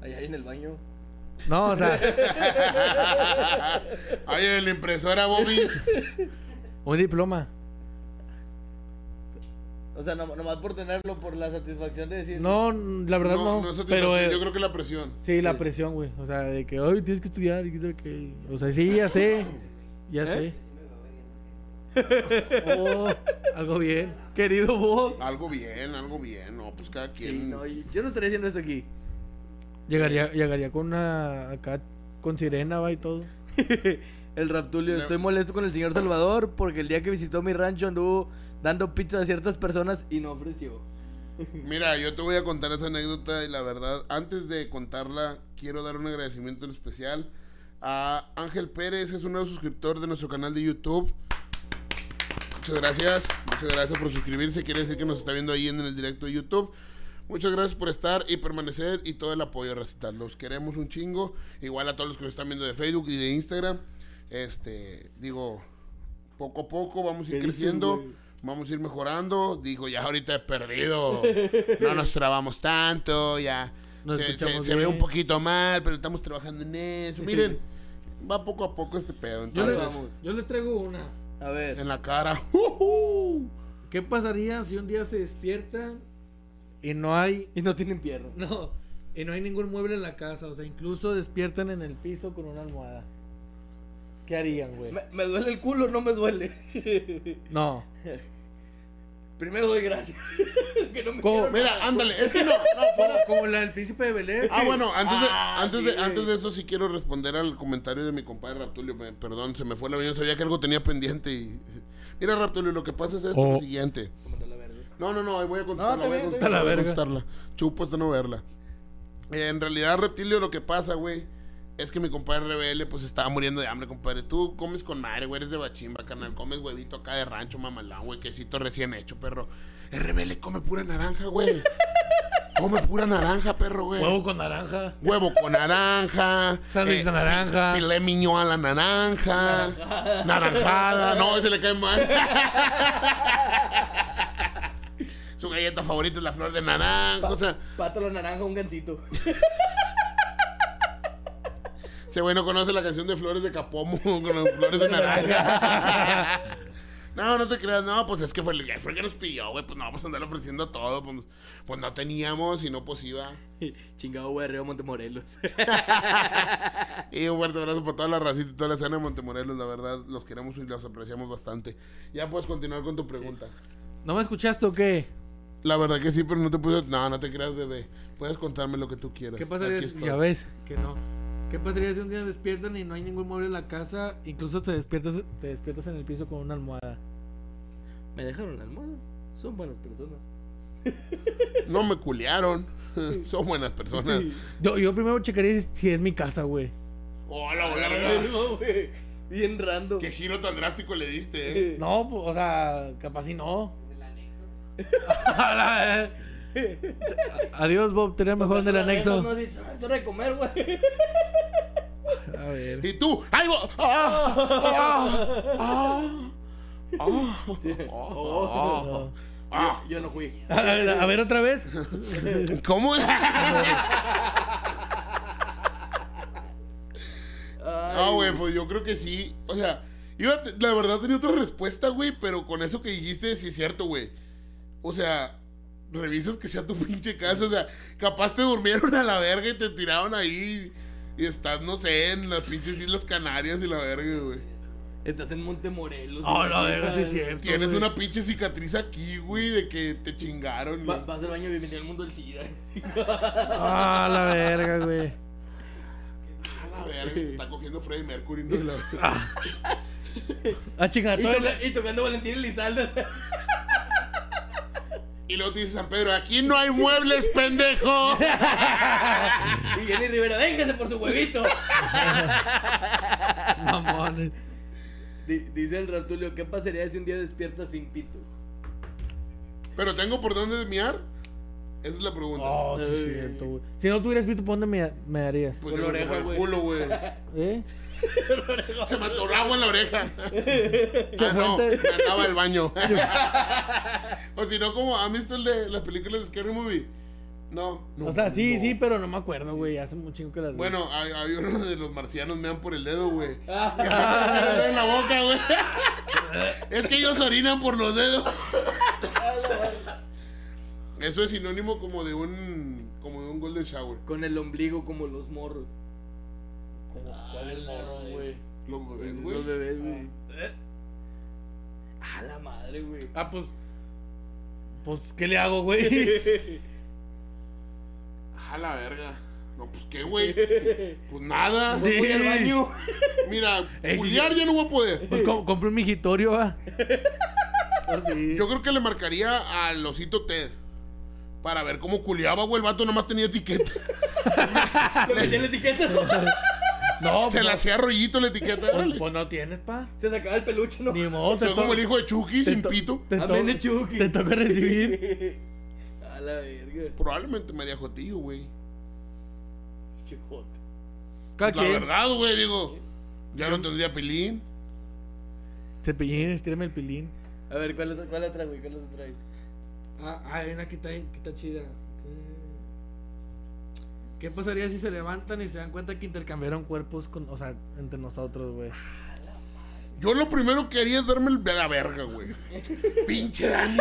S3: Allá en el baño.
S1: No, o sea,
S2: Ay, en
S1: [LAUGHS]
S2: la impresora, Bobby.
S1: un diploma.
S3: O sea, no- nomás por tenerlo, por la satisfacción de decir.
S1: No, la verdad no.
S2: es
S1: pero,
S2: satisfacción,
S1: eh,
S2: yo creo que la presión.
S1: Sí, la
S3: Sí.
S1: presión, güey. O sea, de que hoy tienes que estudiar y que sabe qué". O sea, sí, ya sé. Ya
S2: ¿Eh?
S1: sé. Oh, algo bien.
S3: Querido Bob.
S2: Algo bien, algo bien. No, pues cada quien.
S3: Sí, no, y- yo no estaría haciendo esto aquí.
S1: Llegaría, llegaría con una acá con sirena va y todo.
S3: El Raptulio,
S2: No.
S3: estoy molesto con el señor Salvador porque el día que visitó mi rancho anduvo dando pizza a ciertas personas y no ofreció.
S2: Mira, yo te voy a contar esa anécdota y la verdad, antes de contarla, quiero dar un agradecimiento en especial a Ángel Pérez, es un nuevo suscriptor de nuestro canal de YouTube. Muchas gracias, muchas gracias por suscribirse, quiere decir que nos está viendo ahí en el directo de YouTube. Muchas gracias por estar y permanecer y todo el apoyo, Racita. Los queremos un chingo. Igual a todos los que nos están viendo de Facebook y de Instagram. Este, digo, poco a poco vamos a ir
S3: ¿Qué dices,
S2: creciendo.
S3: güey?
S2: Vamos a ir mejorando. Digo, ya ahorita he perdido. No nos trabamos tanto, ya.
S1: Nos
S2: se,
S1: escuchamos
S2: se- se ve
S1: bien.
S2: un poquito mal, pero estamos trabajando en eso. Miren, va poco a poco este pedo.
S1: Yo,
S2: Entonces,
S1: les,
S3: vamos.
S1: yo les traigo una.
S3: A ver,
S2: en la cara. ¡Ujú!
S1: ¿Qué pasaría si un día se despiertan y no hay
S3: y no tienen pierna.
S1: no y no hay ningún mueble en la casa, o sea, incluso despiertan en el piso con una almohada? ¿Qué harían, güey?
S3: Me, me duele el culo, no me duele. [LAUGHS]
S1: No.
S3: Primero doy gracias. [LAUGHS] que no me
S1: ¿Cómo?
S3: quiero-
S2: Mira, ándale. Es que no, no, fuera.
S1: Como la del príncipe de Belén.
S2: Ah, bueno, antes de,
S3: Ah,
S2: antes,
S3: sí,
S2: de,
S3: güey.
S2: antes de eso sí quiero responder al comentario de mi compadre Raptulio. Me- perdón, se me fue la vida. Sabía que algo tenía pendiente. Y... Mira, Raptulio, lo que pasa es esto,
S1: Oh.
S2: lo siguiente.
S3: Como la verga.
S2: No, no, no, ahí voy a contestarla.
S3: No, está
S2: voy a
S3: bien, está
S1: bien.
S2: contestarla, voy a
S1: A la verga.
S2: contestarla. Chupo hasta no verla. Eh, en realidad, Reptilio, lo que pasa, güey, es que mi compadre Rebelde, pues estaba muriendo de hambre, compadre. Tú comes con madre, güey, eres de bachimba, canal. Comes huevito acá de rancho, mamalán, güey, quesito recién hecho, perro. El Rebelde come pura naranja,
S3: [LAUGHS]
S2: güey. Come pura naranja, perro, güey.
S1: Huevo con naranja.
S2: Huevo con naranja. eh,
S1: Sándwich de naranja.
S2: fi- Filé miñón a la naranja. Naranjada. No, ese le cae mal. Su galleta favorita es la flor de naranja. O sea,
S3: Pato la naranja, un gancito.
S2: ese güey no conoce la canción de flores de capomo [LAUGHS] con las flores de naranja. No, no te creas, no, pues es que fue el, fue el que nos pidió, güey, pues no vamos a andar ofreciendo todo, pues, pues no teníamos y no pues iba.
S3: Chingado, güey, Río Montemorelos.
S2: Y un fuerte abrazo por toda la racita y toda la escena de Montemorelos, la verdad, los queremos y los apreciamos bastante. Ya puedes continuar con tu pregunta.
S1: ¿No me escuchaste o qué?
S2: La verdad que sí, pero no te puse... No, no te creas, bebé. Puedes contarme lo que tú quieras.
S1: ¿Qué pasaría
S2: Aquí
S1: si,
S2: estoy.
S1: ya ves, que no. ¿Qué pasaría si un día despiertan y no hay ningún mueble en la casa? Incluso te despiertas, te despiertas en el piso con una almohada.
S3: Me dejaron la almohada. Son buenas [LAUGHS] personas.
S2: No me culearon. [LAUGHS] Son buenas personas.
S1: Yo, yo primero checaría si, si es mi casa, güey.
S2: Hola, hola, hola.
S3: [LAUGHS] No, güey. Bien random. [LAUGHS]
S2: Qué giro tan drástico le diste, eh.
S1: No, pues, o sea, capaz si no.
S4: En el anexo.
S1: A la vez. [LAUGHS] Adiós, Bob, tenía mejor en el
S3: No,
S1: anexo.
S3: así, "Ah, es hora de comer, güey.
S1: A ver.
S2: Y tú, ¡ay, bo- ¡Ah! ¡Ah! ¡Ah! ¡Ah!
S1: No.
S2: ¡Ah!
S3: Yo no fui.
S1: A ver, a ver, otra vez. [LAUGHS]
S2: ¿Cómo? Ah,
S3: Ay,
S2: güey, pues yo creo que sí. O sea, iba a te- la verdad tenía otra respuesta, güey, pero con eso que dijiste sí es cierto, güey. O sea, revisas que sea tu [LAUGHS] pinche casa. O sea, capaz te durmieron a la verga y te tiraron ahí. Y estás, no sé, en las pinches Islas Canarias y la verga, güey.
S3: Estás en Montemorelos.
S1: Oh,
S3: y-
S1: la verga, sí es cierto.
S2: Tienes
S1: güey.
S2: una pinche cicatriz aquí, güey, de que te chingaron.
S3: Va-
S2: güey.
S3: vas al baño y bienvenido al mundo del SIDA.
S1: Ah, la verga, güey.
S2: A la verga, te está cogiendo Freddie Mercury,
S3: [LAUGHS]
S2: ¿no? La-
S1: Ah, chingada,
S3: y,
S1: todavía-
S3: toca- y tocando Valentín Elizalde.
S2: Y luego te dice San Pedro, aquí no hay muebles,
S3: [LAUGHS]
S2: pendejo.
S3: y Jenny Rivera, véngase por su huevito.
S1: Mamones.
S3: Di- dice el Ratulio, ¿qué pasaría si un día despiertas sin pito?
S2: Pero tengo por dónde miar. Esa es la pregunta.
S1: Oh, sí es cierto, güey. Si no tuvieras visto, ¿por dónde me, me darías?
S2: Pues
S3: Con
S2: yo
S3: la
S2: creo que
S3: oreja,
S2: por
S3: güey.
S2: el culo, güey.
S1: ¿Eh?
S2: [LAUGHS] Se me atoró agua en la oreja.
S1: [LAUGHS] Se
S2: Ah, no,
S1: fue
S2: me
S1: antes-
S2: andaba
S1: [LAUGHS]
S2: al baño. [LAUGHS] o si no, como han visto el de las películas de Scary Movie. No, no.
S1: o sea, sí,
S2: no.
S1: sí, pero no me acuerdo, güey. Hace un chingo que las vi.
S2: Bueno, hay- había uno de los marcianos me dan por el dedo, [LAUGHS] güey. Que sacan el dedo en la boca, güey. [LAUGHS] es que ellos orinan por los dedos. [LAUGHS] Eso es sinónimo como de un como de un golden shower.
S3: Con el ombligo como los morros. Como,
S1: Ah,
S3: ¿Cuáles morros, güey?
S2: Los bebés,
S3: Los
S2: güey.
S3: bebés, güey. A la madre, güey.
S1: Ah, pues. Pues, ¿qué le hago, güey?
S2: A la verga. No, pues qué, güey. Pues nada.
S3: Voy al baño.
S1: [LAUGHS]
S2: Mira,
S1: Eh, sí,
S2: culiar ya no voy a poder.
S1: Pues com- compré un mijitorio, va.
S3: Ah, [LAUGHS]
S1: Así.
S2: Yo creo que le marcaría al osito Ted. Para ver cómo culiaba, güey. El vato nomás tenía etiqueta. [LAUGHS]
S3: Le metí la [LAUGHS] etiqueta.
S1: No,
S2: Se
S1: pues,
S2: le
S1: no,
S2: hacía rollito la etiqueta.
S1: pues,
S2: órale.
S1: pues no tienes, pa.
S3: Se sacaba el peluche, ¿no?
S1: Ni modo, te
S2: Soy como
S1: toca.
S2: el hijo de Chucky
S1: te
S2: sin
S1: to-
S2: pito.
S1: Te,
S3: Amén,
S1: toca-
S3: Chucky.
S1: te toca
S5: [LAUGHS]
S1: recibir.
S3: [LAUGHS] A la verga.
S2: Probablemente María Jotillo, güey.
S3: Chijote.
S1: Cada
S2: La
S1: quien.
S2: verdad, güey, digo. Ya no tendría pilín.
S1: Cepillín, estírame el pilín.
S3: A ver, ¿cuál otra, cuál otra, güey? ¿Cuál otra trae?
S5: Ah, hay una que está, que está chida. ¿Qué- ¿Qué pasaría si se levantan y se dan cuenta que intercambiaron cuerpos con, o sea,
S1: Entre nosotros, [LAUGHS] güey.
S2: Yo lo primero que haría es verme el- la verga,
S1: [LAUGHS]
S2: güey. Pinche Dani.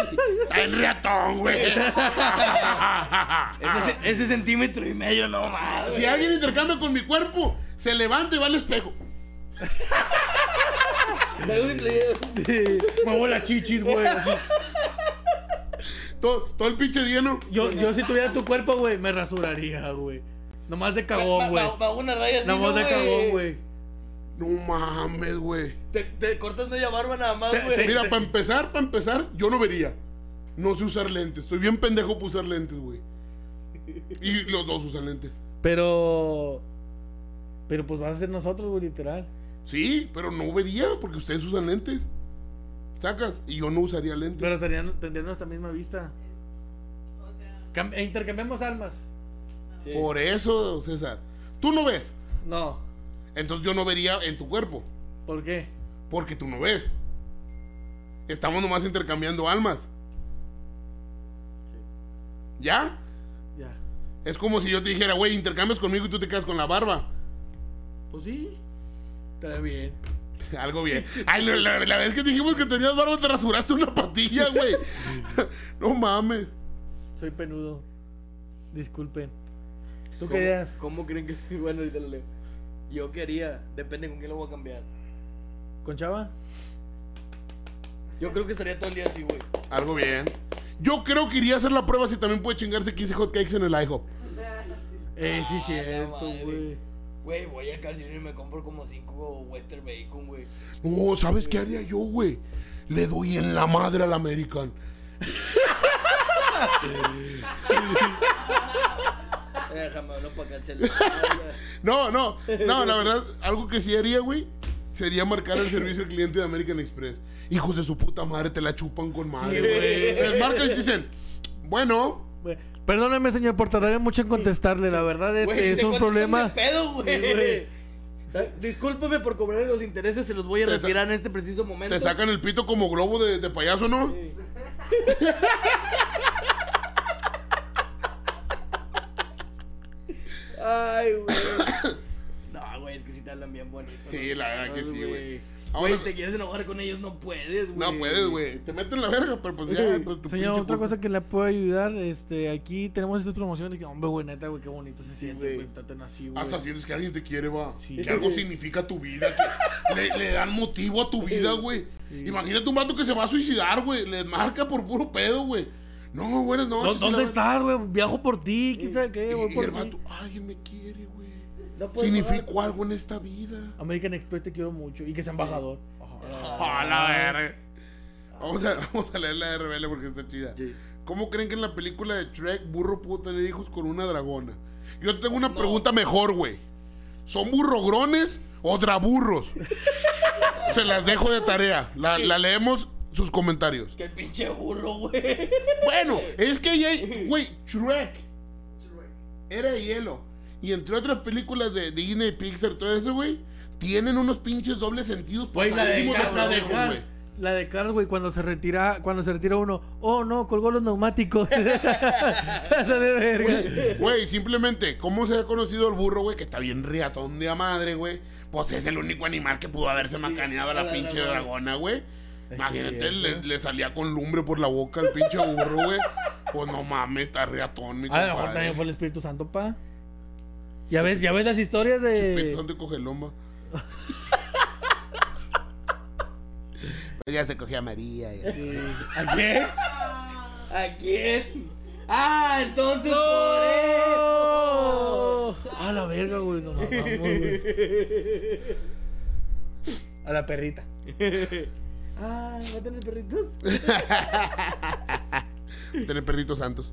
S2: El ratón,
S1: [LAUGHS]
S2: güey.
S3: Ese, ce- ese centímetro y medio, no más.
S2: Si alguien intercambia con mi cuerpo, se levanta y va al espejo.
S1: Muevo las chichis, güey. así.
S2: Todo, todo el pinche día, ¿no?
S1: Yo, yo si tuviera tu cuerpo, güey, me rasuraría, güey. Nomás de cagón, güey.
S3: Va una raya así,
S1: Nomás
S3: ¿no,
S1: de
S3: güey?
S1: cagón, güey.
S2: No mames, güey.
S3: Te, te cortas media barba nada más,
S1: Te-
S3: güey.
S1: te-
S2: Mira, para empezar, para empezar, yo no vería. No sé usar lentes. Estoy bien pendejo para usar lentes, güey. Y los dos usan lentes.
S1: Pero. Pero pues vas a ser nosotros, güey, literal.
S2: Sí, pero no vería porque ustedes usan lentes. Sacas. Y yo no usaría lentes.
S1: Pero tendrían, tendrían nuestra misma vista. Cam- e intercambiamos almas.
S3: Sí.
S2: Por eso, César. Tú no ves.
S1: No.
S2: Entonces yo no vería en tu cuerpo.
S1: ¿Por qué?
S2: Porque tú no ves. Estamos nomás intercambiando almas. ¿Ya?
S1: Ya.
S2: Es como si yo te dijera, güey, intercambias conmigo y tú te quedas con la barba. [LAUGHS]
S1: Pues sí. Está bien.
S2: Algo bien. Ay, la, la- la vez que dijimos que tenías barba, te rasuraste una patilla, güey. No mames.
S1: Soy penudo. Disculpen. ¿Tú
S3: ¿Cómo-
S1: qué ideas?
S3: ¿Cómo creen que.? [LAUGHS] Bueno, ahorita lo leo. Yo quería, depende con quién lo voy a cambiar.
S1: ¿Con Chava?
S3: Yo creo que estaría todo el día así, güey.
S2: Algo bien. Yo creo que iría a hacer la prueba si también puede chingarse 15 hotcakes en el IHOP.
S1: Eh, sí,
S3: Ah,
S1: cierto,
S3: la madre.
S1: güey.
S3: Güey, voy al casino y me compro como cinco Western Bacon, güey.
S2: No, Oh, ¿sabes qué haría yo, güey? Le doy en la madre al American.
S3: Déjame Eh, hablo para cancelar.
S1: Este,
S2: No, no, no, [LAUGHS] la verdad, algo que sí haría, güey, sería marcar el servicio al cliente de American Express. Hijos de su puta madre, te la chupan con madre, güey. Les marcas y dicen, bueno,
S1: Güey, Perdóneme, señor, por tardaré mucho en contestarle. La verdad este, es que es un problema.
S3: pedo, güey.
S1: güey.
S3: Eh, Discúlpame por cobrar los intereses, se los voy a
S2: Te sa-
S3: retirar en este preciso momento.
S2: te sacan el pito como globo de, de payaso, ¿no?
S3: Ay, güey. No, güey, es que sí te hablan bien bonito.
S1: [COUGHS]
S2: Sí,
S3: los
S2: la verdad que
S3: perros,
S2: sí, güey. Ahora-
S3: Güey, te quieres enojar con ellos, no puedes, güey.
S2: no puedes, güey. Te meten la verga, pero pues ya. [LAUGHS] pero tu
S1: Señor,
S2: pinche
S1: otra
S2: culpa.
S1: cosa que la puede ayudar, este, aquí tenemos estas promociones que, hombre, güey, neta, güey, qué bonito se siente,
S3: güey.
S1: güey, tan así, güey.
S2: Hasta sientes que alguien te quiere, va.
S1: Sí.
S2: Que algo significa tu vida.
S1: [LAUGHS]
S2: Que le, le dan motivo a tu vida, güey. Imagínate un vato que se va a suicidar, güey. Le marca por puro pedo, güey. No, buenas
S1: ¿Dó-
S2: noches. y
S1: ¿Dónde
S2: la-
S1: estás, güey? Viajo por ti, quién sabe
S2: Y,
S1: qué, Pues, voy
S2: y el
S1: por ti.
S2: vato, alguien me quiere, güey.
S3: No puedes
S2: Significó
S3: pagar.
S2: algo en esta vida.
S1: American Express te quiero mucho y que sea embajador.
S2: A la verga. Vamos a, [LAUGHS] vamos a leer la de RBL porque está chida.
S3: Sí.
S2: ¿Cómo creen que en la película de Shrek burro pudo tener hijos con una dragona? Yo tengo una pregunta mejor, güey. ¿Son burrogrones o draburros? Se las dejo de tarea. La, la leemos sus comentarios.
S3: Que el pinche burro, güey.
S2: Bueno, es que ya, güey, Shrek era de hielo. Y entre otras películas de, de Disney, Pixar, todo eso, güey, tienen unos pinches dobles sentidos.
S1: Güey, la de,
S2: pasadísimos de
S1: Cars, la de
S2: pendejos,
S1: Cars,
S2: güey.
S1: la de Cars, güey, cuando se retira, cuando se retira uno, oh no, colgó los neumáticos. [LAUGHS] Pasa de verga.
S2: Güey, simplemente, ¿cómo se ha conocido el burro, güey? Que está bien riatón de a madre, güey. Pues es el único animal que pudo haberse macaneado a la
S3: la
S2: pinche
S3: dragona.
S2: dragona, güey.
S1: Es
S2: Imagínate,
S1: cierto.
S2: le, le salía con lumbre por la boca al pinche burro, güey. Pues no mames, está riatón, mi
S1: A lo
S2: compadre.
S1: mejor Ah, también fue el Espíritu Santo, pa. Ya ves, ya ves las historias
S2: Chupito,
S1: de.
S2: ¿dónde coge
S1: [LAUGHS]
S2: el lomba? Pues ya se cogía a María. ya.
S1: ¿A qué?
S2: [LAUGHS]
S3: ¿A quién? Ah, entonces por eso.
S1: A la verga, güey, no mamamos, güey. A la perrita.
S3: Ah, ¿va a tener perritos?
S2: Tener perritos santos.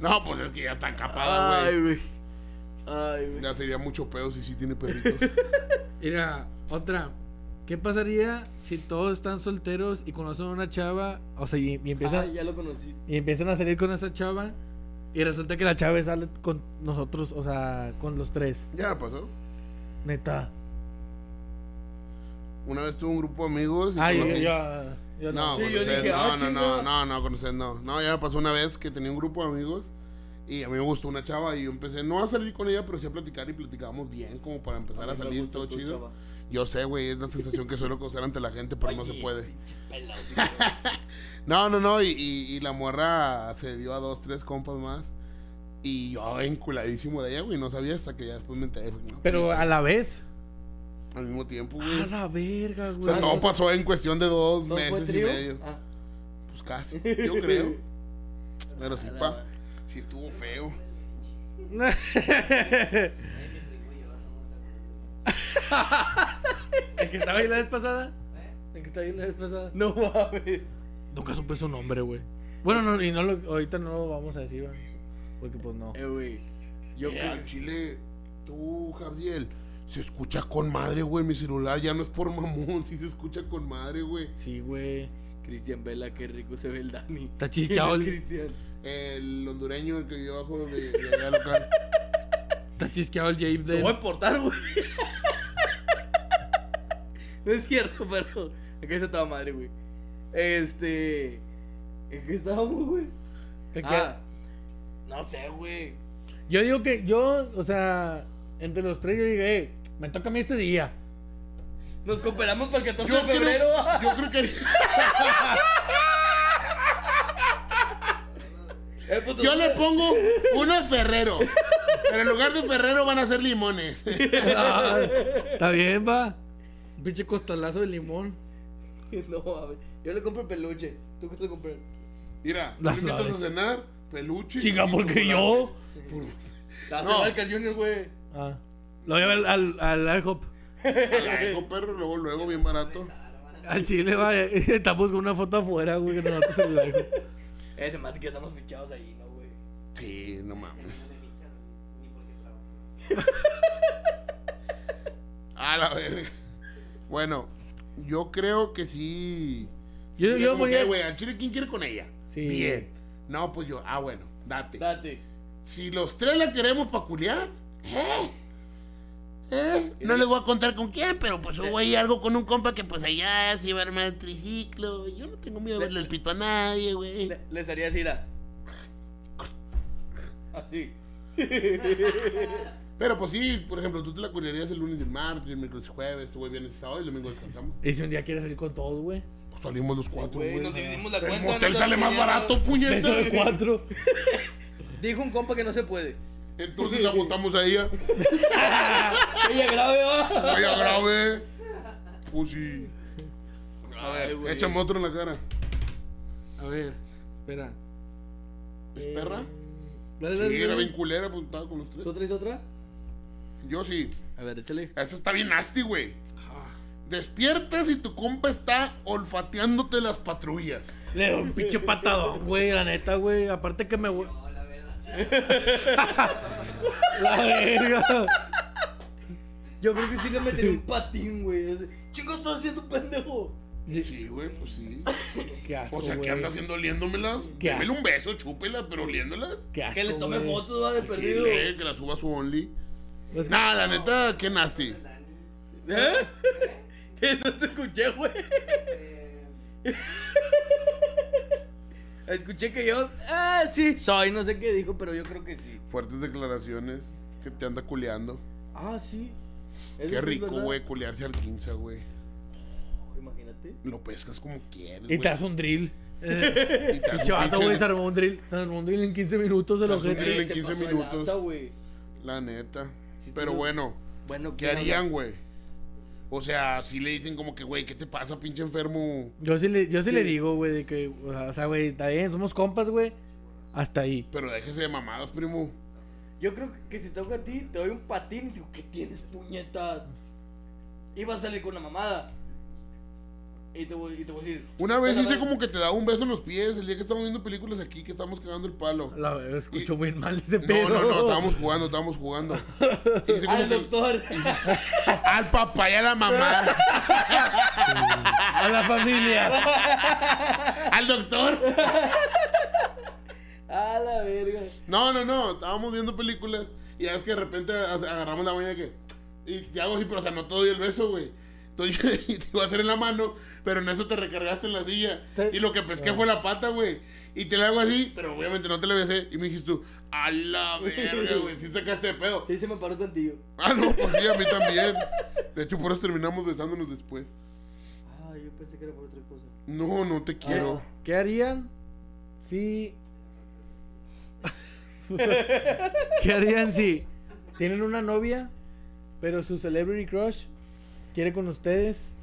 S2: No, pues es que ya está capada, Ah, güey.
S3: güey. Ay, güey.
S2: Ya sería mucho pedo si sí tiene perritos.
S3: [LAUGHS]
S1: Mira, otra. ¿Qué pasaría si todos están solteros y conocen a una chava? O sea, y, y
S3: Ah,
S1: empiezan,
S3: ya lo conocí.
S1: y empiezan a salir con esa chava. Y resulta que la chava sale con nosotros, o sea, con los tres.
S2: ya pasó.
S1: Neta.
S2: Una vez tuve un grupo de amigos. y
S1: Ay, yo,
S2: conocí-
S1: yo- yo
S2: No,
S1: no.
S3: Sí,
S2: con
S3: yo
S2: ustedes
S3: dije,
S2: no,
S3: ah,
S2: no, no,
S3: chinga.
S2: no, no, con ustedes no. No, ya me pasó una vez que tenía un grupo de amigos y a mí me gustó una chava y yo empecé no a salir con ella, pero sí a platicar y platicábamos bien como para empezar a,
S3: mí me
S2: salir
S3: gusta
S2: todo
S3: tu
S2: chido.
S3: chava.
S2: Yo sé, güey, es la sensación que suelo causar ante la gente, pero no se
S3: Oye,
S2: puede.
S3: pinche pelado, sí, güey.
S2: No, no, no, y, y- y la morra se dio a dos, tres compas más. Y yo enculadísimo de ella, güey, no sabía hasta que ya después me enteré. güey, no,
S1: Pero a la vez.
S2: al mismo tiempo,
S1: A
S2: güey.
S1: la verga,
S2: O
S1: güey.
S2: sea, todo pasó en cuestión de dos
S3: ¿Todo fue
S2: [LAUGHS] meses y
S3: trío?
S2: medio.
S3: Ah.
S2: Pues casi, yo creo. Pero sí, pa, sí estuvo feo.
S1: El que estaba ahí la vez pasada. El que estaba ahí la vez pasada.
S3: No mames.
S1: Nunca supe su nombre, güey. Bueno, no, y no lo, ahorita no lo vamos a decir, güey. Porque pues no.
S3: Eh, güey. Yo
S2: Yeah,
S3: creo
S2: Eh, al chile, tú, Javier, se escucha con madre, güey, mi celular ya no es por mamón, [LAUGHS] sí se escucha con madre, güey.
S1: Sí, güey.
S3: Cristian Vela, qué rico se ve el Dani.
S1: Está chichado
S3: ¿Quién
S1: el-
S3: es Cristian.
S2: El hondureño, el que vive abajo de, de allá
S3: [LAUGHS]
S2: local.
S1: Está chisqueado el James
S3: Te
S2: Este,
S1: de.
S3: voy a portar, güey. [LAUGHS] No es cierto, pero. Acá está toda madre, güey. Este. ¿En qué estábamos, güey?
S1: que- que-
S3: Ah, no sé, güey.
S1: Yo digo que yo, o sea, entre los tres yo dije, eh, me toca a mí este día.
S3: Nos cooperamos para el 14
S2: Yo
S3: de febrero.
S2: creo, yo creo que.
S3: [LAUGHS] Eh, puto,
S2: Yo
S3: no
S2: le
S3: sé.
S2: pongo uno de Ferrero. Pero en lugar de Ferrero van a ser limones.
S1: Ah, [LAUGHS] Está bien, va. Un pinche costalazo de limón.
S3: [LAUGHS] No, mames. Yo le compro peluche. ¿Tú qué te compras?
S2: Mira, tú
S1: Las
S2: le invitas a
S1: flores.
S2: cenar,
S1: [LAUGHS]
S2: peluche.
S1: Chinga,
S2: y
S1: porque yo.
S2: chocolate.
S3: La
S2: No.
S3: no. Carl Junior, güey.
S1: Ah. Lo llevo al, al, al IHOP.
S2: Ala, hijo perro, luego, luego, bien barato.
S1: Al chile, va. [LAUGHS] Estamos con una foto afuera, güey, que no notas el IHOP.
S3: Es más que estamos fichados ahí, ¿no, güey?
S2: Sí, no mames. A la verga. Bueno, yo creo que sí.
S1: Yo,
S2: Mira,
S1: yo
S2: como que,
S1: ponía.
S2: güey, al chile, ¿quién quiere con ella?
S1: Sí.
S2: Bien. No, pues yo, ah, bueno, date.
S3: Date.
S2: Si los tres la queremos peculiar, ¿eh? ¿Eh? No les voy a contar con quién, pero pues hubo ahí algo con un compa que pues allá se iba a armar el triciclo. Yo no tengo miedo de verle el pito a nadie, güey.
S3: Le, les haría así, la- Así.
S2: Pero pues sí, por ejemplo, tú te la culiarías el lunes y el martes, el miércoles y jueves, tú, güey, viernes y sábado y el domingo descansamos.
S1: Y si un día quieres salir con todos, [LAUGHS] güey.
S2: Pues salimos los cuatro,
S3: Güey,
S2: güey.
S3: nos dividimos la
S2: el
S3: cuenta.
S2: motel
S3: nos
S2: sale más
S3: apoyamos.
S2: barato,
S1: Beso de
S2: puñeta.
S1: cuatro.
S3: Dijo un compa que no se [LAUGHS] puede.
S2: Entonces aguantamos a ella.
S3: Ella grave, va.
S2: Vaya grave. Pues sí. A
S3: Ay,
S2: ver,
S3: güey.
S2: échame otro en la cara.
S1: A ver, espera.
S2: ¿Es
S1: Eh,
S2: perra?
S1: Dale, dale,
S2: Sí, era
S1: dale.
S2: bien culera, apuntada con los
S3: ¿Tú
S2: tres.
S3: traes otra?
S2: Yo sí.
S3: A ver, échale.
S2: Esa está bien nasty, güey.
S1: Ah.
S2: Despiertas y tu compa está olfateándote las patrullas.
S1: Le doy un pinche patadón, güey, la neta, güey. Aparte que me... hue-
S4: No, la verdad. sí.
S1: [LAUGHS] La verga.
S3: Yo creo que sí le
S2: [LAUGHS]
S3: metería un patín, güey. Así, Chico, estás haciendo pendejo.
S2: Sí, güey, pues sí.
S1: Qué asco,
S2: O sea,
S1: güey.
S2: ¿qué anda haciendo oliéndomelas?
S1: Qué
S2: Démele
S1: asco.
S2: un beso, chúpelas, pero oliéndolas.
S1: Qué asco,
S3: Que le tome
S1: güey.
S3: fotos, va, de perdido.
S2: Chile, que la suba a su only.
S1: Pues-
S2: Nah, la neta, qué nasty.
S3: ¿Eh? [LAUGHS] Que no te escuché,
S2: [LAUGHS]
S3: güey.
S4: Eh,
S3: Escuché que yo. Ah, sí, soy. No sé qué dijo, pero yo creo que sí.
S2: Fuertes declaraciones que te anda culeando.
S3: Ah, sí. Eso sí
S2: Qué
S3: es
S2: rico,
S3: verdad.
S2: güey, culearse al 15, güey.
S3: Imagínate.
S2: Lo pescas como quieres,
S1: Y
S2: güey.
S1: te hace un drill. Eh,
S2: Y te hace un
S1: pinche vato,
S2: pinche-
S1: güey, se armó un drill. Se armó un drill en 15 minutos de
S2: Te
S1: los
S2: hace un
S1: gente.
S2: drill.
S3: Eh,
S2: en
S3: se
S2: 15
S3: pasó de
S2: minutos.
S3: lanza, güey.
S2: La neta.
S3: Sí,
S2: Pero
S3: sí.
S2: bueno,
S3: Bueno,
S2: ¿qué harían, güey? O sea, si le dicen como que, güey, ¿qué te pasa, pinche enfermo?
S1: Yo sí le, yo sí le digo, güey, de que, o sea, güey, está bien, somos compas, güey. Hasta ahí.
S2: Pero déjese de mamadas, primo.
S3: Yo creo que si toca a ti, te doy un patín. Digo, ¿qué tienes, puñetas? Y vas a salir con una mamada. Y te voy, y te voy a decir.
S2: Una vez
S3: "Pero,
S2: hice
S3: güey,
S2: como que te daba un beso en los pies el día que estamos viendo películas aquí, que estamos cagando el palo.
S1: La verdad, escucho
S2: Y-
S1: muy mal ese
S2: No,
S1: pedo.
S2: no, no, estábamos jugando, estábamos
S3: [LAUGHS]
S2: jugando. Y hice como
S3: Al
S2: que-
S3: doctor. [LAUGHS]
S2: al papá y a la mamá,
S1: [LAUGHS] A la familia.
S2: al doctor.
S3: a la verga.
S2: No, no, no, estábamos viendo películas y ya ves que de repente a- agarramos la vaina de que. Y te hago así, pero o sea, no te doy el beso, güey. Entonces [LAUGHS] yo y te iba a hacer en la mano, pero en eso te recargaste en la silla.
S1: Te- Ah.
S2: Y lo que pesqué fue la pata, güey. Y te la hago así, pero obviamente no te la besé. Y me dijiste tú, a la verga, güey. Si sacaste de pedo.
S3: Sí, se me paró tantillo.
S2: Ah, no, pues sí, a mí también. De hecho, por eso terminamos besándonos después.
S3: Ah, yo pensé que era por otra cosa.
S2: No, no te quiero.
S1: ¿Qué harían si. [LAUGHS] ¿Qué harían si tienen una novia, pero su celebrity crush quiere con ustedes?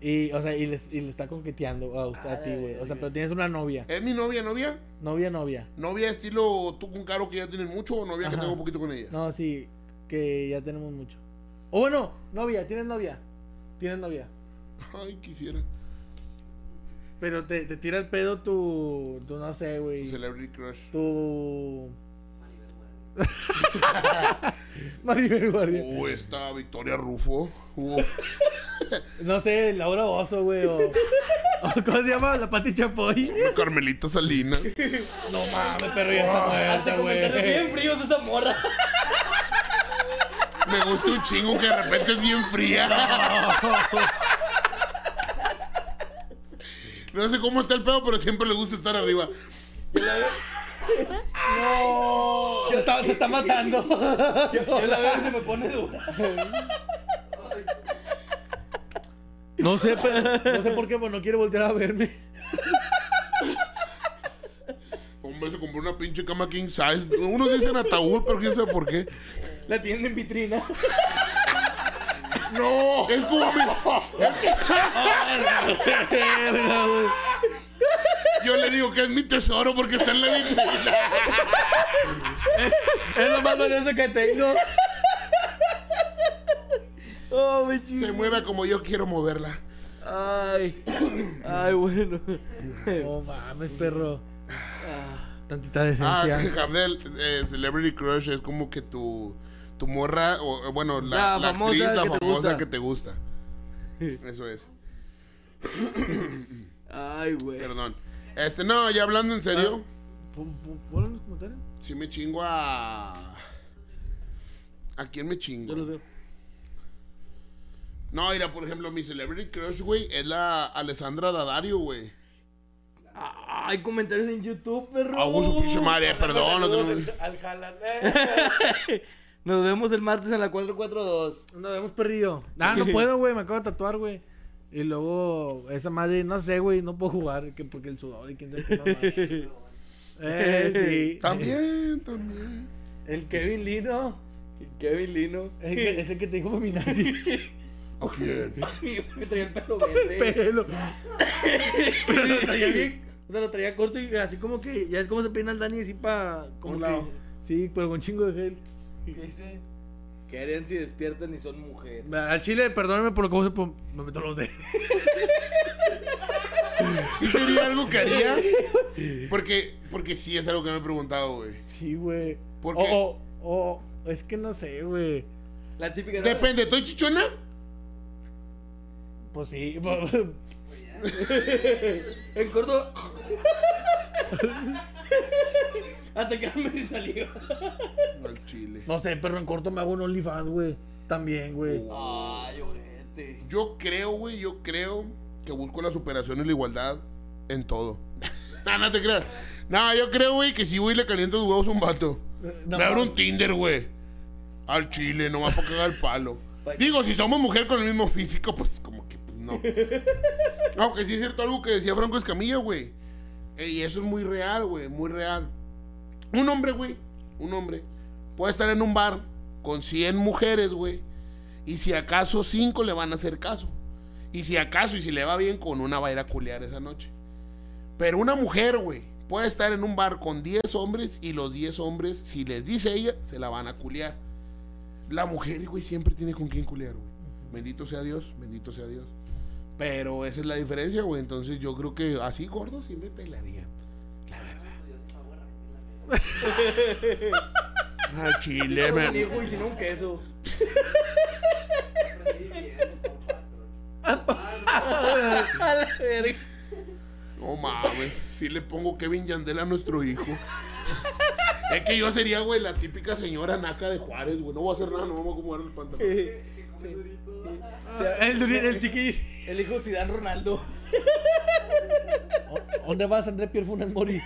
S1: Y, o sea, y les, y le está coqueteando a, usted, a
S3: Ah,
S1: ti,
S3: la
S1: güey. O sea,
S3: verga.
S1: pero tienes una novia.
S2: ¿Es mi novia, novia?
S1: Novia, novia.
S2: ¿Novia estilo tú con Caro que ya tienen mucho o novia que
S1: Ajá.
S2: tengo poquito con ella?
S1: No, sí, que ya tenemos mucho. O bueno, novia, tienes novia. Tienes novia.
S2: Ay, quisiera.
S1: Pero te, te tira el pedo tu. tu no sé, güey.
S2: Celebrity crush.
S1: Tu. [LAUGHS] Maribel Guardia.
S2: O esta Victoria Rufo. Uf.
S1: No sé, Laura Bozo, güey. O, o ¿Cómo se llama? La Pati Chapoy.
S2: [LAUGHS]
S1: Oh,
S2: Carmelita Salina.
S1: No mames, pero ya está muerta,
S3: Hace comentarios bien
S1: güey.
S3: fríos de esa [LAUGHS] morra.
S2: Me gusta un chingo que de repente es bien fría. No sé cómo está el pedo, pero siempre le gusta estar arriba.
S1: No. Se está, se está matando.
S3: Yo la veo y se me pone dura.
S1: No sé, pero, no sé por qué, pues no quiere voltear a verme.
S2: Hombre, se compró una pinche cama king size. Unos dicen ataúd, pero quién sabe por qué.
S3: La tienen en vitrina.
S2: ¡No! Es como mi... [LAUGHS]
S1: Verga, güey.
S2: Yo le digo que es mi tesoro porque está en la vitrina.
S1: Es lo más valioso que tengo.
S3: [LAUGHS] Oh, me
S2: Se mueve como yo quiero moverla.
S3: Ay.
S2: [LAUGHS]
S3: Ay, bueno.
S1: No mames, perro.
S3: Ah,
S1: Tantita
S2: Ah,
S1: decencia.
S2: Gabriel, eh, Celebrity Crush es como que tu, tu morra, o eh, bueno, la,
S3: La
S2: la
S3: famosa
S2: actriz, la
S3: que te
S2: famosa
S3: gusta.
S2: que te gusta. Eso es.
S3: Ay, güey.
S2: Perdón. Este, no, ya hablando en serio,
S1: Pon- pon- ponlo en los comentarios.
S2: sí me chingo a. ¿A quién me chingo?
S3: Yo los veo.
S2: No, mira, por ejemplo, mi Celebrity Crush, güey, es la Alessandra Daddario, güey.
S3: Ay, comentarios en YouTube, perro.
S2: Ah, su pinche madre, eh, perdón. no
S5: Saludos
S2: tenemos-
S5: al- Al Jalan. Eh,
S3: [LAUGHS] Nos vemos el martes en la 442.
S1: Nos hemos perdido. Ah, no puedo, güey. Me acabo de tatuar, güey. Y luego, esa madre, no sé, güey, no puedo jugar que porque el sudor y quién sabe qué mamá. [LAUGHS] Eh, sí.
S2: [LAUGHS] También, también.
S1: El Kevin Lino.
S3: Kevin Lino.
S1: Es el,
S3: [LAUGHS]
S1: es el Eh, que te dijo Feminazi.
S2: ¿O quién?
S3: Me traía el pelo verde.
S1: Pelo. [LAUGHS] Pero lo traía bien. O sea, lo traía corto y así como que. Ya es como se peina el Dani así pa. Como
S2: Un
S1: que-
S2: lado.
S1: Sí, pero con chingo de gel.
S5: ¿Qué dice?
S3: Querían si despiertan y son mujeres.
S1: Al chile, perdóname por cómo se pon- me meto los dedos.
S2: Sí sería algo que haría. Porque, porque sí es algo que me he preguntado, güey.
S1: [LAUGHS] Sí, güey.
S2: ¿Por
S1: O-
S2: qué?
S1: O, o, es que no sé, güey.
S3: La típica. ¿no?
S2: Depende, ¿estoy chichona?
S1: Pues sí. [LAUGHS] pues-
S3: En corto. [LAUGHS] Hasta quedarme sin saliva.
S2: Al chile.
S1: No sé, pero en corto me hago un OnlyFans, güey. También, güey.
S3: Ay, ojete.
S2: Yo creo, güey, yo creo que busco la superación y la igualdad en todo. [LAUGHS] no, no te creas. No, yo creo, güey, que si, güey, le caliento los huevos a un vato.
S1: No,
S2: Me abro un Tinder, güey. Al chile, nomás para cagar el palo.
S1: Pues-
S3: Pa-
S2: Digo, si somos mujer con el mismo físico, pues como que
S1: [LAUGHS]
S2: pues, no. Aunque sí es cierto algo que decía Franco Escamilla, güey. Eh, Y eso es muy real, güey, muy real. Un hombre, güey, un hombre, puede estar en un bar con 100 mujeres, güey. Y si acaso 5 le van a hacer caso. Y si acaso, y si le va bien, con una va a ir a culear esa noche. Pero una mujer, güey, puede estar en un bar con 10 hombres y los 10 hombres, si les dice ella, se la van a culear. La mujer, güey, siempre tiene con quién culear, güey. Bendito sea Dios, bendito sea Dios. Pero esa es la diferencia, güey. Entonces yo creo que así gordo sí me pelaría. La verdad. Ah, chile,
S3: Con un
S2: me...
S3: hijo y sin un queso.
S1: [LAUGHS]
S3: [LAUGHS] A la verga.
S2: No mames, si le pongo Kevin Yandel a nuestro hijo. es que yo sería, güey, la típica señora naca de Juárez, güey. No voy a hacer nada, no vamos a acomodar el pantalón.
S1: Ah, El, duri- el chiquis.
S3: El hijo Zidane Ronaldo.
S1: ¿O- ¿Dónde vas, André Pierre Funes Mori?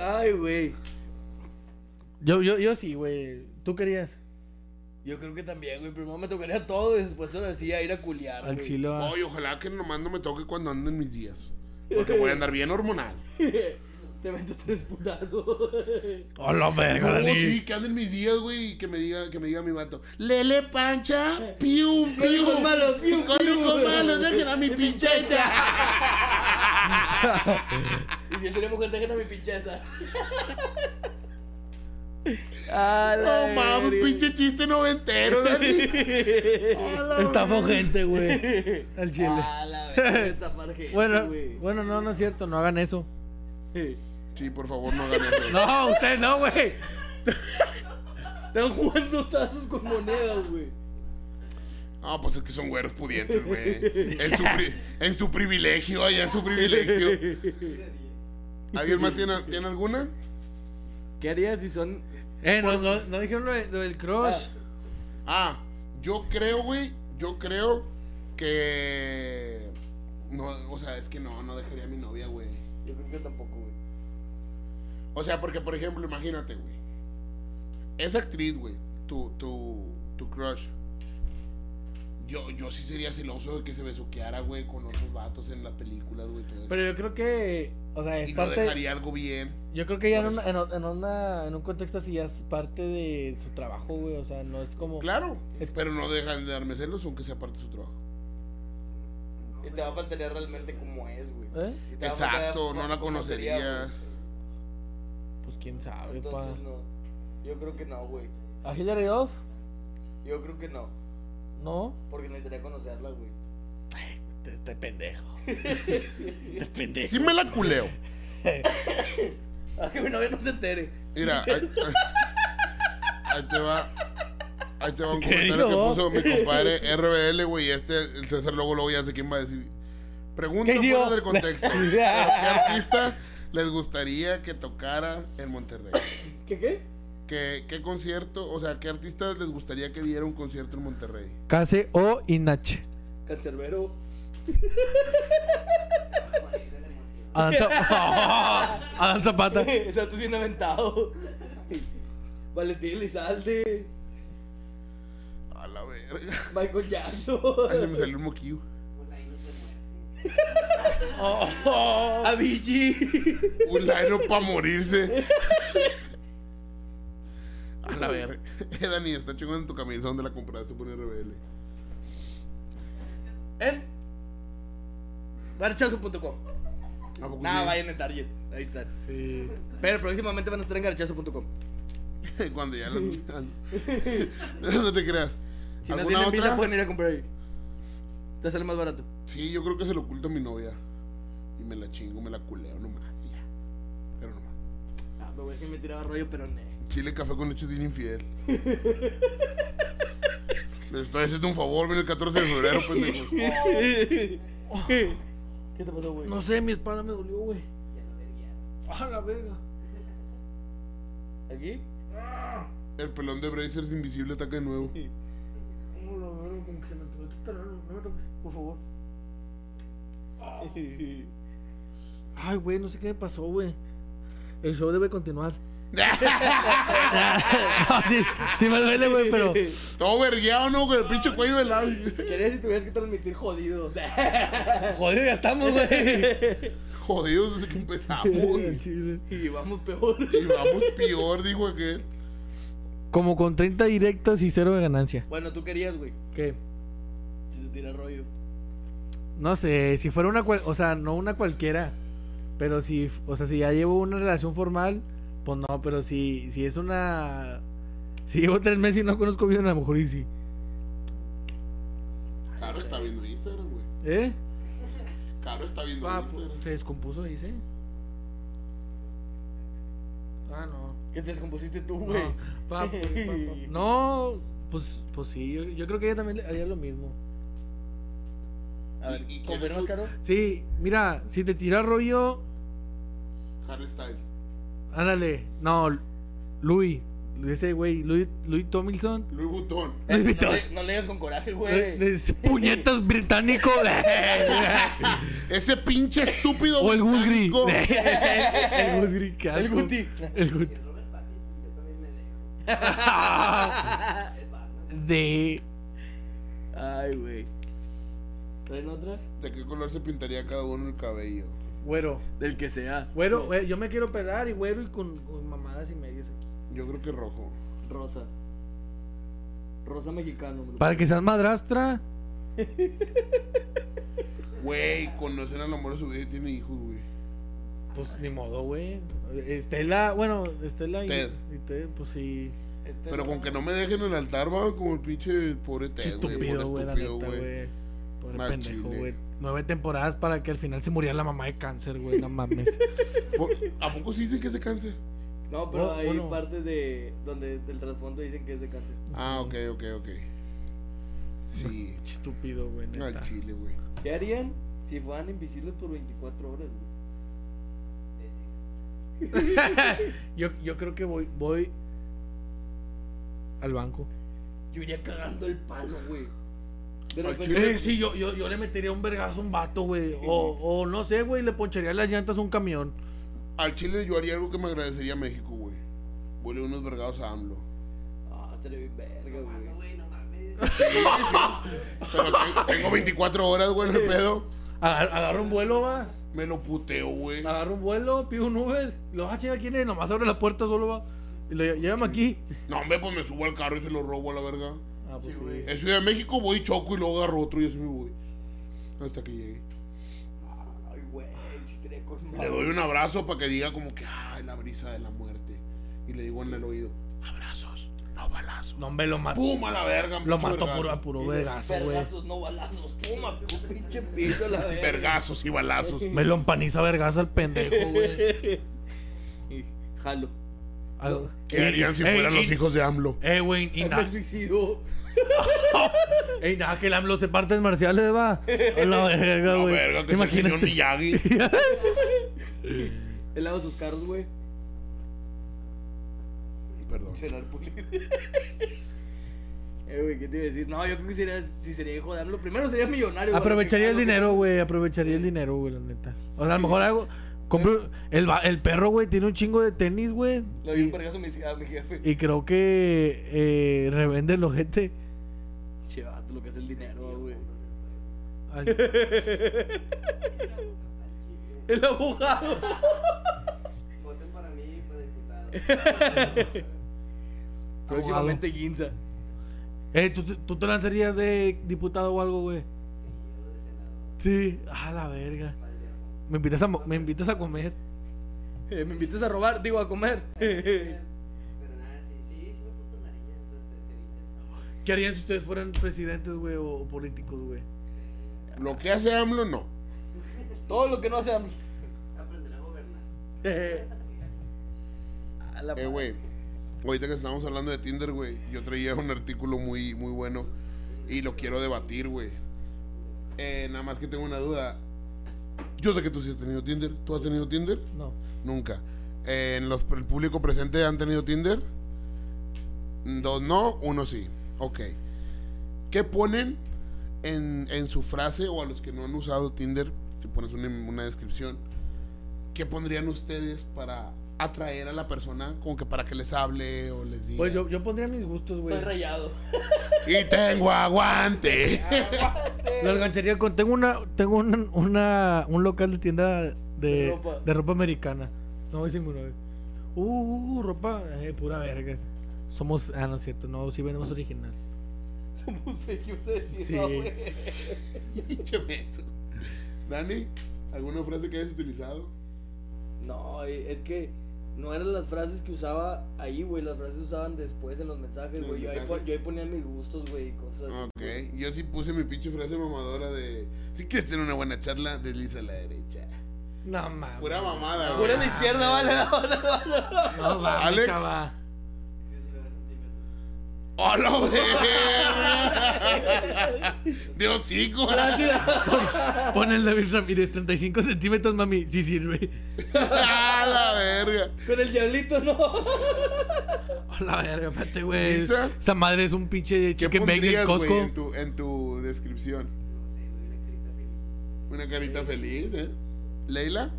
S3: Ay, güey.
S1: Yo, yo, yo sí, güey. ¿Tú querías?
S3: Yo creo que también, güey. Primero me tocaría todo y después ahora sí a ir a culiar.
S1: Al
S3: güey.
S1: chile, va.
S2: Oye, ojalá que nomás no me toque cuando anden mis días. Porque voy a andar bien hormonal.
S3: Te meto tres putazos. [LAUGHS]
S1: ¡Oh, la verga,
S2: No,
S1: Dani!
S2: sí, que anden mis días, güey, y que me diga, que me diga mi vato. Lele pancha, pium, pium.
S3: Código malo, pium,
S2: Código
S3: pium.
S2: malo, dejen a mi pinchecha.
S3: Y si él tiene mujer, dejen a mi pincheza. [LAUGHS] A la
S2: No mames,
S3: verga.
S2: pinche chiste noventero, Dani. A la
S1: Estafó gente,
S2: [LAUGHS]
S1: güey. Al chile.
S2: Ah,
S3: A la verga, estafar gente,
S1: Bueno,
S3: güey.
S1: bueno, no, no es cierto. No hagan eso.
S2: Sí, por favor, no hagan
S1: [LAUGHS]
S2: eso.
S1: No, ustedes no, güey.
S3: Están jugando tazos con monedas, güey.
S2: Ah, pues es que son güeros pudientes, güey. En su, pri- en su privilegio, allá en su privilegio. ¿Alguien más tiene, tiene alguna?
S3: ¿Qué harías si son
S1: Eh, no, no, no dijeron lo, de- lo del crush.
S2: Ah, yo creo, güey, yo creo que... No, o sea, es que no, no dejaría a mi novia, güey.
S3: Yo creo que tampoco, güey.
S2: O sea, porque, por ejemplo, imagínate, güey. Esa actriz, güey, tu, tu, tu crush. Yo, yo sí sería celoso de que se besuqueara, güey, con otros vatos en las películas, güey. todo eso.
S1: Pero yo creo que. O sea, es
S2: Y no
S1: parte.
S2: dejaría algo bien.
S1: Yo creo que ya en, una- en, o- en una- en un contexto así ya es parte de su trabajo, güey. O sea, no es como.
S2: Claro,
S1: Es-
S2: pero no dejan de darme celos aunque sea parte de su trabajo.
S3: Y te va a faltaría realmente como es, güey.
S1: ¿Eh?
S3: Y te va a faltar
S2: Exacto,
S3: como-
S2: no la
S3: como sería,
S2: conocerías.
S1: Pues quién
S3: güey.
S1: sabe, pa.
S3: Entonces no. Yo creo que no, güey.
S1: ¿A Hilary Duff?
S3: Yo creo que no.
S1: No.
S3: Porque necesitaría conocerla, güey.
S1: Este,
S2: [LAUGHS]
S1: pendejo. Este pendejo.
S2: Sí me la culeo.
S3: A Ah, que mi novia no se entere.
S2: Mira, ahí, ahí- ahí te va. Ahí te va un
S1: ¿Qué
S2: comentario que
S1: dijo?
S2: puso mi compadre RBL, güey. y Este, el César luego luego ya sé quién va a decir. Pregunta
S1: ¿Qué
S2: fuera
S1: hizo? [LAUGHS]
S2: del contexto. ¿A qué artista les gustaría que tocara en Monterrey?
S3: ¿Qué qué?
S2: ¿Qué, qué concierto? O sea, ¿qué artista les gustaría que diera un concierto en Monterrey?
S1: Case o Inache.
S3: cancerbero.
S1: Adán, Zap- [LAUGHS] Adán Zapata.
S3: [LAUGHS] Esa tú bien aventado. [LAUGHS] Valentín Elizalde,
S2: A la verga.
S3: Michael Jackson.
S2: Ahí
S3: [LAUGHS]
S2: se me salió un moquillo.
S1: Oh, oh.
S3: Avicii.
S2: Un lairo para morirse. A la verga. Eh, Dani, está chingando tu camisa. ¿Dónde la compraste? Pone RBL.
S3: En garchazo.com.
S2: ¿A poco
S3: Nada,
S2: sí?
S3: vayan en Target. Ahí están.
S1: Sí.
S3: Pero próximamente van a estar en garchazo.com.
S2: [LAUGHS] Cuando ya las... no te creas.
S3: Si no
S2: ¿Alguna
S3: tienen visa, pues
S2: otra?
S3: pueden ir a comprar ahí. Te sale más barato.
S2: Sí, yo creo que se lo oculto a mi novia. Y me la chingo, me la culeo nomás. y ya. Pero nomás.
S3: Ah, me voy a que me tiraba rollo, pero no.
S2: Chile café con leche es bien infiel. Les estoy haciendo un favor, ven el 14 de febrero, pendejo.
S3: [LAUGHS] ¿Qué te pasó, güey?
S1: No sé, mi espalda me dolió, güey. A la verga.
S3: [LAUGHS] ¿Aquí?
S2: El pelón de Brazers invisible ataca de nuevo.
S1: A la verga, como que se me tuve que parar, no me toques, Por favor. Ay, güey, no sé qué me pasó, güey. El show debe [LAUGHS] continuar. No, Ah, sí, sí me duele, güey, pero.
S2: Todo vergueado, ¿no? Con el pinche cuello velado.
S3: Quería si tuvieras que transmitir jodido.
S1: [LAUGHS]
S3: [LAUGHS]
S1: Joder, ya estamos, güey.
S2: [LAUGHS] Jodidos desde que empezamos.
S3: y vamos peor.
S2: Y vamos peor, dijo aquel.
S1: Como con 30 directos y cero de ganancia.
S3: Bueno, tú querías, güey.
S1: ¿Qué?
S3: Si te tira rollo.
S1: No sé, si fuera una cual, o sea, no una cualquiera, pero si, o sea, si ya llevo una relación formal, pues no, pero si, si es una, si llevo tres meses y no conozco bien, a lo mejor y sí.
S2: Caro está viendo Instagram, güey.
S1: ¿Eh?
S2: Caro está viendo
S1: Ah, pues,
S2: Instagram.
S1: se descompuso, dice. Ah, no.
S3: ¿Qué te descompusiste tú,
S1: No,
S3: güey?
S1: pa- pa- pa- no, pues, pues sí, yo, yo creo que ella también le haría lo mismo.
S3: A ver,
S2: ¿Y- y qué
S3: ¿confirmas,
S2: resu-
S3: Caro? Eh,
S1: Sí, mira, si te tira rollo,
S2: Harry Styles.
S1: ándale, no, Luis, ese güey, Luis, Luis Tomilson.
S2: Louis Vuitton.
S3: Eh,
S1: Luis
S3: no,
S1: Vuitton.
S3: le, no le digas con coraje,
S1: Eh,
S3: güey.
S1: es puñetas [LAUGHS] británico.
S2: Ese pinche estúpido.
S1: o el Gus Gris. [LAUGHS]
S2: británico.
S1: el Gus Gris, qué
S3: El
S1: asco.
S3: Guti.
S1: [LAUGHS]
S3: [LAUGHS]
S1: El Guti.
S4: Robert Pattinson, yo también me dejo. Es Batman.
S1: De.
S3: Ay, güey. ¿Traen otra?
S2: ¿De qué color se pintaría cada uno el cabello?
S1: Güero.
S3: Del que sea.
S1: Güero, güey, yo me quiero pelar y güero y con, con mamadas y medias aquí.
S2: Yo creo que rojo.
S3: Rosa. Rosa mexicano. me lo
S1: Para
S3: pongo.
S1: que seas madrastra.
S2: Güey, conocen al amor de su vida y tiene hijos, güey.
S1: Pues ni modo, güey. Estela, bueno, Estela y.
S2: Ted.
S1: y Ted, pues sí.
S3: Este
S2: Pero
S3: no.
S2: con que no me dejen en el altar, va, como el pinche pobre Ted,
S1: Pinche estúpido, güey, la neta, güey. eh. Pobre
S2: Mal
S1: pendejo,
S2: chile.
S1: güey. Nueve temporadas para que al final se muriera la mamá de cáncer, güey. No [LAUGHS] mames.
S2: Por- ¿A poco sí dicen que es de cáncer?
S3: No, pero
S1: Bueno,
S3: hay
S1: bueno.
S3: partes de donde del trasfondo dicen que es de cáncer.
S2: Ah, ok, ok, ok. Sí,
S1: Pinche estúpido, güey.
S2: al
S1: neta.
S2: chile, güey.
S3: ¿Qué harían si fueran invisibles por 24 horas, güey?
S1: Yo, yo creo que voy, voy al banco.
S3: Yo iría cagando el palo, güey. De
S2: Al
S3: repente-
S2: chile.
S1: Eh, sí, yo, yo, yo le metería un vergazo a un vato, güey. O, o no sé, güey, le poncharía las llantas a un camión.
S2: Al chile yo haría algo que me agradecería a México, güey. Vuelve unos vergados a AMLO.
S3: Ah, estaría bien verga,
S4: Mano,
S3: güey.
S4: güey, no mames.
S2: Pero
S1: [LAUGHS]
S2: te- tengo 24 horas, güey, en el pedo.
S1: Agar- Agarro un vuelo, va.
S2: Me lo puteo, güey.
S1: Agarro un vuelo, pido un Uber. Lo vas a chingar quién es. Nomás abre la puerta solo, va. Y lo lle- llévame aquí.
S2: No, hombre, pues me subo al carro y se lo robo a la verga.
S1: Ah, pues sí.
S2: En Ciudad de México voy, choco y luego agarro otro y así me voy. Hasta que llegue.
S3: Ay, güey, estaría con
S2: Le doy un abrazo para que diga como que, ay, la brisa de la muerte. Y le digo en el oído, abrazos, no balazos.
S1: No, hombre, lo mató.
S2: ¡Pum! A la verga.
S1: Lo
S2: pinche
S1: mató
S2: vergazo.
S1: puro, a puro
S3: Dice,
S1: vergazo, güey.
S3: Vergazos, no balazos. Toma, pu- pinche pito a la verga.
S2: Vergazos y balazos.
S3: [LAUGHS]
S1: Me lo empanizo a vergazo al pendejo, [LAUGHS] güey.
S3: Y Jalo.
S1: Al-
S2: ¿Qué harían si
S1: Ey,
S2: fueran
S1: y-
S2: los hijos de AMLO?
S1: Eh, güey, y
S3: Me
S1: nada.
S3: suicido.
S1: Ey, nada, que el AMLO se parte en marciales, va. A la verga,
S2: La
S1: Ah, güey.
S2: verga, que es el señor
S1: Imagínate.
S2: Miyagi.
S1: [LAUGHS]
S3: Él lava sus carros, güey.
S2: Perdón.
S3: Cenar pulido. [LAUGHS] Eh, güey, ¿qué te iba a decir? No, yo creo que sería, si sería hijo de AMLO, primero sería millonario. para
S1: Aprovecharía el
S3: que-
S1: dinero, güey. Aprovecharía el dinero, güey, la neta. O sea, a lo mejor algo. compro- el, va- el perro, güey, tiene un chingo de tenis, güey.
S3: Le doy un vergazo a mi, a mi jefe.
S1: Y creo que eh, revende el ojete.
S3: Che, vato, lo que es el dinero, güey.
S1: Ay,
S3: El abogado.
S4: [LAUGHS] Voten para mí, para diputado.
S3: [LAUGHS] Próximamente Ginza.
S1: Eh, ¿tú, tú te lanzarías de diputado o algo, güey? Sí, a la verga. Me invitas a, mo- me invitas a comer.
S3: Eh, me invitas a robar, digo,
S4: [LAUGHS]
S3: a comer.
S4: Pero nada, sí, sí, sí me he puesto narilla. Entonces, sería interesante.
S1: ¿Qué harían si ustedes fueran presidentes, güey, o, o políticos, güey?
S2: Lo que hace AMLO, no.
S3: Todo lo que no hace AMLO.
S4: Aprender a gobernar.
S3: [LAUGHS] A la
S2: Eh, güey. Ahorita que estábamos hablando de Tinder, güey, yo traía un artículo muy, muy bueno y lo quiero debatir, güey. Eh, nada más que tengo una duda. Yo sé que tú sí has tenido Tinder. ¿Tú has tenido Tinder?
S1: No.
S2: Nunca. Eh, ¿En los, el público presente han tenido Tinder? Dos no, uno sí. Ok. ¿Qué ponen en, en su frase o a los que no han usado Tinder? Si pones una, una descripción, ¿qué pondrían ustedes para atraer a la persona? Como que para que les hable o les diga.
S1: Pues yo, yo pondría mis gustos, güey.
S3: Soy rayado. [LAUGHS]
S2: Y tengo aguante. [LAUGHS]
S1: Lo engancharía con. Tengo una. Tengo una, una- un local de tienda de,
S3: De ropa.
S1: de ropa americana. No voy a güey. Uh, uh, uh, ropa. eh, pura verga. Somos. Ah, no es cierto. No, sí vendemos original.
S3: Somos feos de decir,
S1: Sí.
S3: no, güey.
S2: Pinche menso. Dani, ¿alguna frase que hayas utilizado?
S3: No, eh, es que no eran las frases que usaba ahí, güey. Las frases usaban después en los mensajes,
S2: Los
S3: güey. Yo, ahí
S2: mensajes.
S3: pon- yo ahí ponía mis gustos, güey, y cosas
S2: Ah.
S3: así.
S2: Ok, yo sí puse mi pinche frase mamadora de si quieres tener una buena charla, desliza a la derecha.
S1: No mames.
S2: Pura mamada,
S3: Pura
S2: güey.
S3: a la izquierda, vale.
S1: No mames,
S2: Alex.
S1: chava.
S4: 19 centímetros.
S2: ¡Hola, verga! Dios hijo.
S3: Ah,
S1: Pon el David Ramírez, 35 centímetros, mami. Sí sirve.
S2: [LAUGHS] ¡A la verga!
S3: [LAUGHS] Con el diablito, no.
S1: A la verga, mate, güey.
S2: ¿Pizza?
S1: Esa madre es un pinche
S2: ¿Qué
S1: chicken bake del
S2: pondrías,
S1: Costco.
S2: güey, en tu, en tu
S4: No
S2: descripción?
S4: sé, güey, una carita feliz.
S2: Una carita feliz, ¿eh? ¿Leila?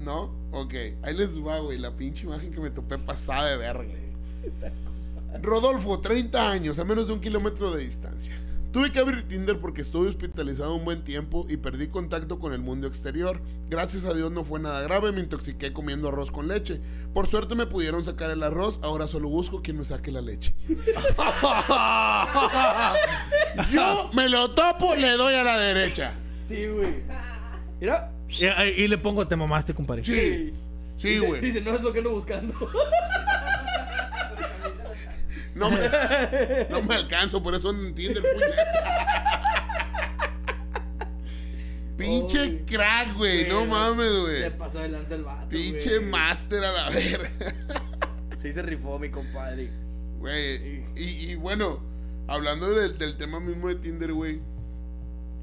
S2: ¿No? Ok, ahí les va, güey, la pinche imagen que me topé pasada de verga. Rodolfo, 30 años, a menos de un kilómetro de distancia. Tuve que abrir Tinder porque estuve hospitalizado un buen tiempo y perdí contacto con el mundo exterior. Gracias a Dios no fue nada grave, me intoxiqué comiendo arroz con leche. Por suerte me pudieron sacar el arroz, ahora solo busco quien me saque la leche. Yo Ah, me lo topo, le doy a la derecha.
S3: Sí, güey. Mira.
S1: [LAUGHS] Y, y le pongo, te mamaste, compadre.
S2: Sí, sí,
S3: Dice-
S2: güey.
S3: Dice, no es lo que ando buscando.
S2: No me, [LAUGHS] no me alcanzo, por eso en Tinder, puñeta. Pinche
S3: Uy.
S2: crack, güey. No
S3: Güey,
S2: mames,
S3: Se
S2: güey.
S3: pasó de lanza el vato.
S2: Pinche
S3: güey.
S2: master a la verga.
S3: Sí, se rifó, mi compadre.
S2: Güey. Y, y bueno, hablando del, del tema mismo de Tinder, güey.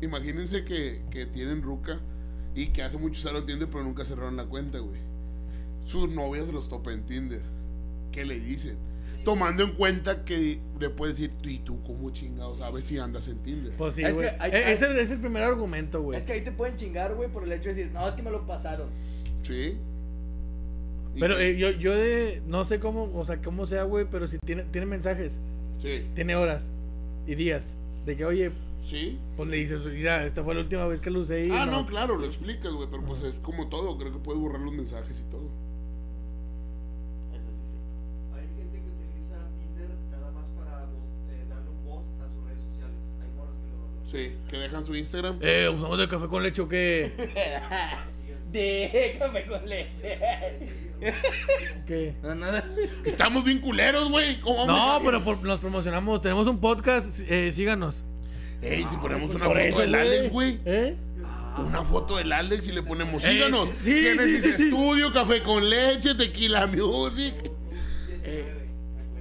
S2: Imagínense que, que tienen ruca y que hace mucho usaron Tinder, pero nunca cerraron la cuenta, güey. Sus novias los topa en Tinder. ¿Qué le dicen? Tomando en cuenta que le puede decir, ¿y tú cómo chingados sabes si andas en Tinder?
S1: Pues sí,
S3: Es
S1: güey.
S3: que hay-
S1: E-
S3: hay-
S1: ese ese es el primer argumento, güey.
S3: Es que ahí te pueden chingar, güey, por el hecho de decir, no, es que me lo pasaron.
S2: Sí. ¿Y
S1: Pero
S2: qué?
S1: eh, yo, yo de, no sé cómo, o sea, cómo sea, güey, pero si tiene, tiene mensajes,
S2: Sí,
S1: tiene horas y días de que, oye,
S2: sí.
S1: pues le dices, mira, esta fue la última vez que lo usé y
S2: ah, no,
S1: no".
S2: claro, lo explicas, güey, pero pues es como todo, creo que puedes borrar los mensajes y todo.
S3: Eso sí, sí.
S6: Hay gente que utiliza Tinder nada más para bos- eh, darle un post a sus redes sociales. Hay moros que lo lo
S2: Sí, que dejan su Instagram.
S1: Eh, usamos de café con leche o
S3: [LAUGHS]
S1: qué.
S3: De café con leche.
S1: ¿Qué?
S3: No, nada.
S2: Estamos bien culeros, güey. ¿Cómo
S1: No,
S2: vamos a-
S1: pero por- nos promocionamos. Tenemos un podcast, eh, síganos.
S2: Ey, si ponemos una
S1: Por
S2: foto
S1: eso,
S2: del
S1: güey.
S2: Alex, güey.
S1: ¿Eh?
S2: Una foto del Alex y le ponemos
S1: Eh,
S2: síganos.
S1: sí,
S2: Tienes
S1: sí,
S2: ese
S1: sí, sí.
S2: estudio, café con leche, tequila music.
S3: Eh,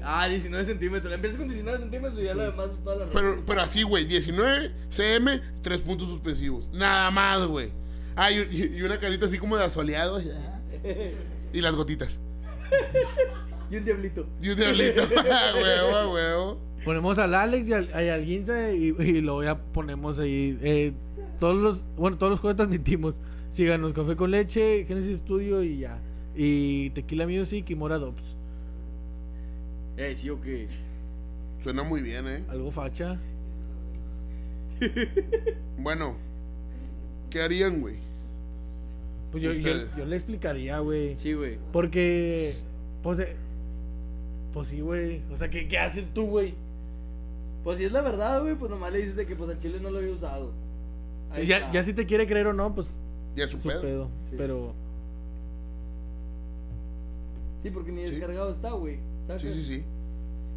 S3: ah, 19 centímetros. Empieza con 19 centímetros y ya lo demás, toda la
S2: Pero, pero así, güey, 19 CM, tres puntos suspensivos. Nada más, güey. Ah, y, y- y una carita así como de asoleado. así, ah. Y las gotitas.
S3: Y un diablito.
S2: [LAUGHS] Y un diablito. A Ah, huevo, a huevo.
S1: Ponemos al Alex y al, y al Ginza y, y luego ya ponemos ahí. eh, todos los, bueno, todos los jueves transmitimos. Síganos, Café con Leche, Genesis Studio y ya. Y Tequila Music y Mora Dobbs.
S3: Eh, sí o qué.
S2: Suena muy bien, ¿eh?
S1: Algo facha.
S2: Bueno, ¿qué harían, güey?
S1: Pues yo, yo,
S2: Ustedes.
S1: yo le explicaría, güey.
S3: Sí, güey.
S1: Porque, pues, eh, pues sí, güey. O sea, ¿qué, qué haces tú, güey?
S3: Pues si es la verdad, güey, pues nomás le dices de que pues al chile no lo había usado. Ahí
S1: Ya,
S3: está.
S1: ya si te quiere creer o no, pues
S2: Ya su
S1: su
S2: pedo.
S1: pedo.
S3: Sí.
S1: Pero,
S3: Sí, porque ni
S2: Sí.
S3: descargado está, güey. ¿Sabes?
S2: Sí, sí, sí.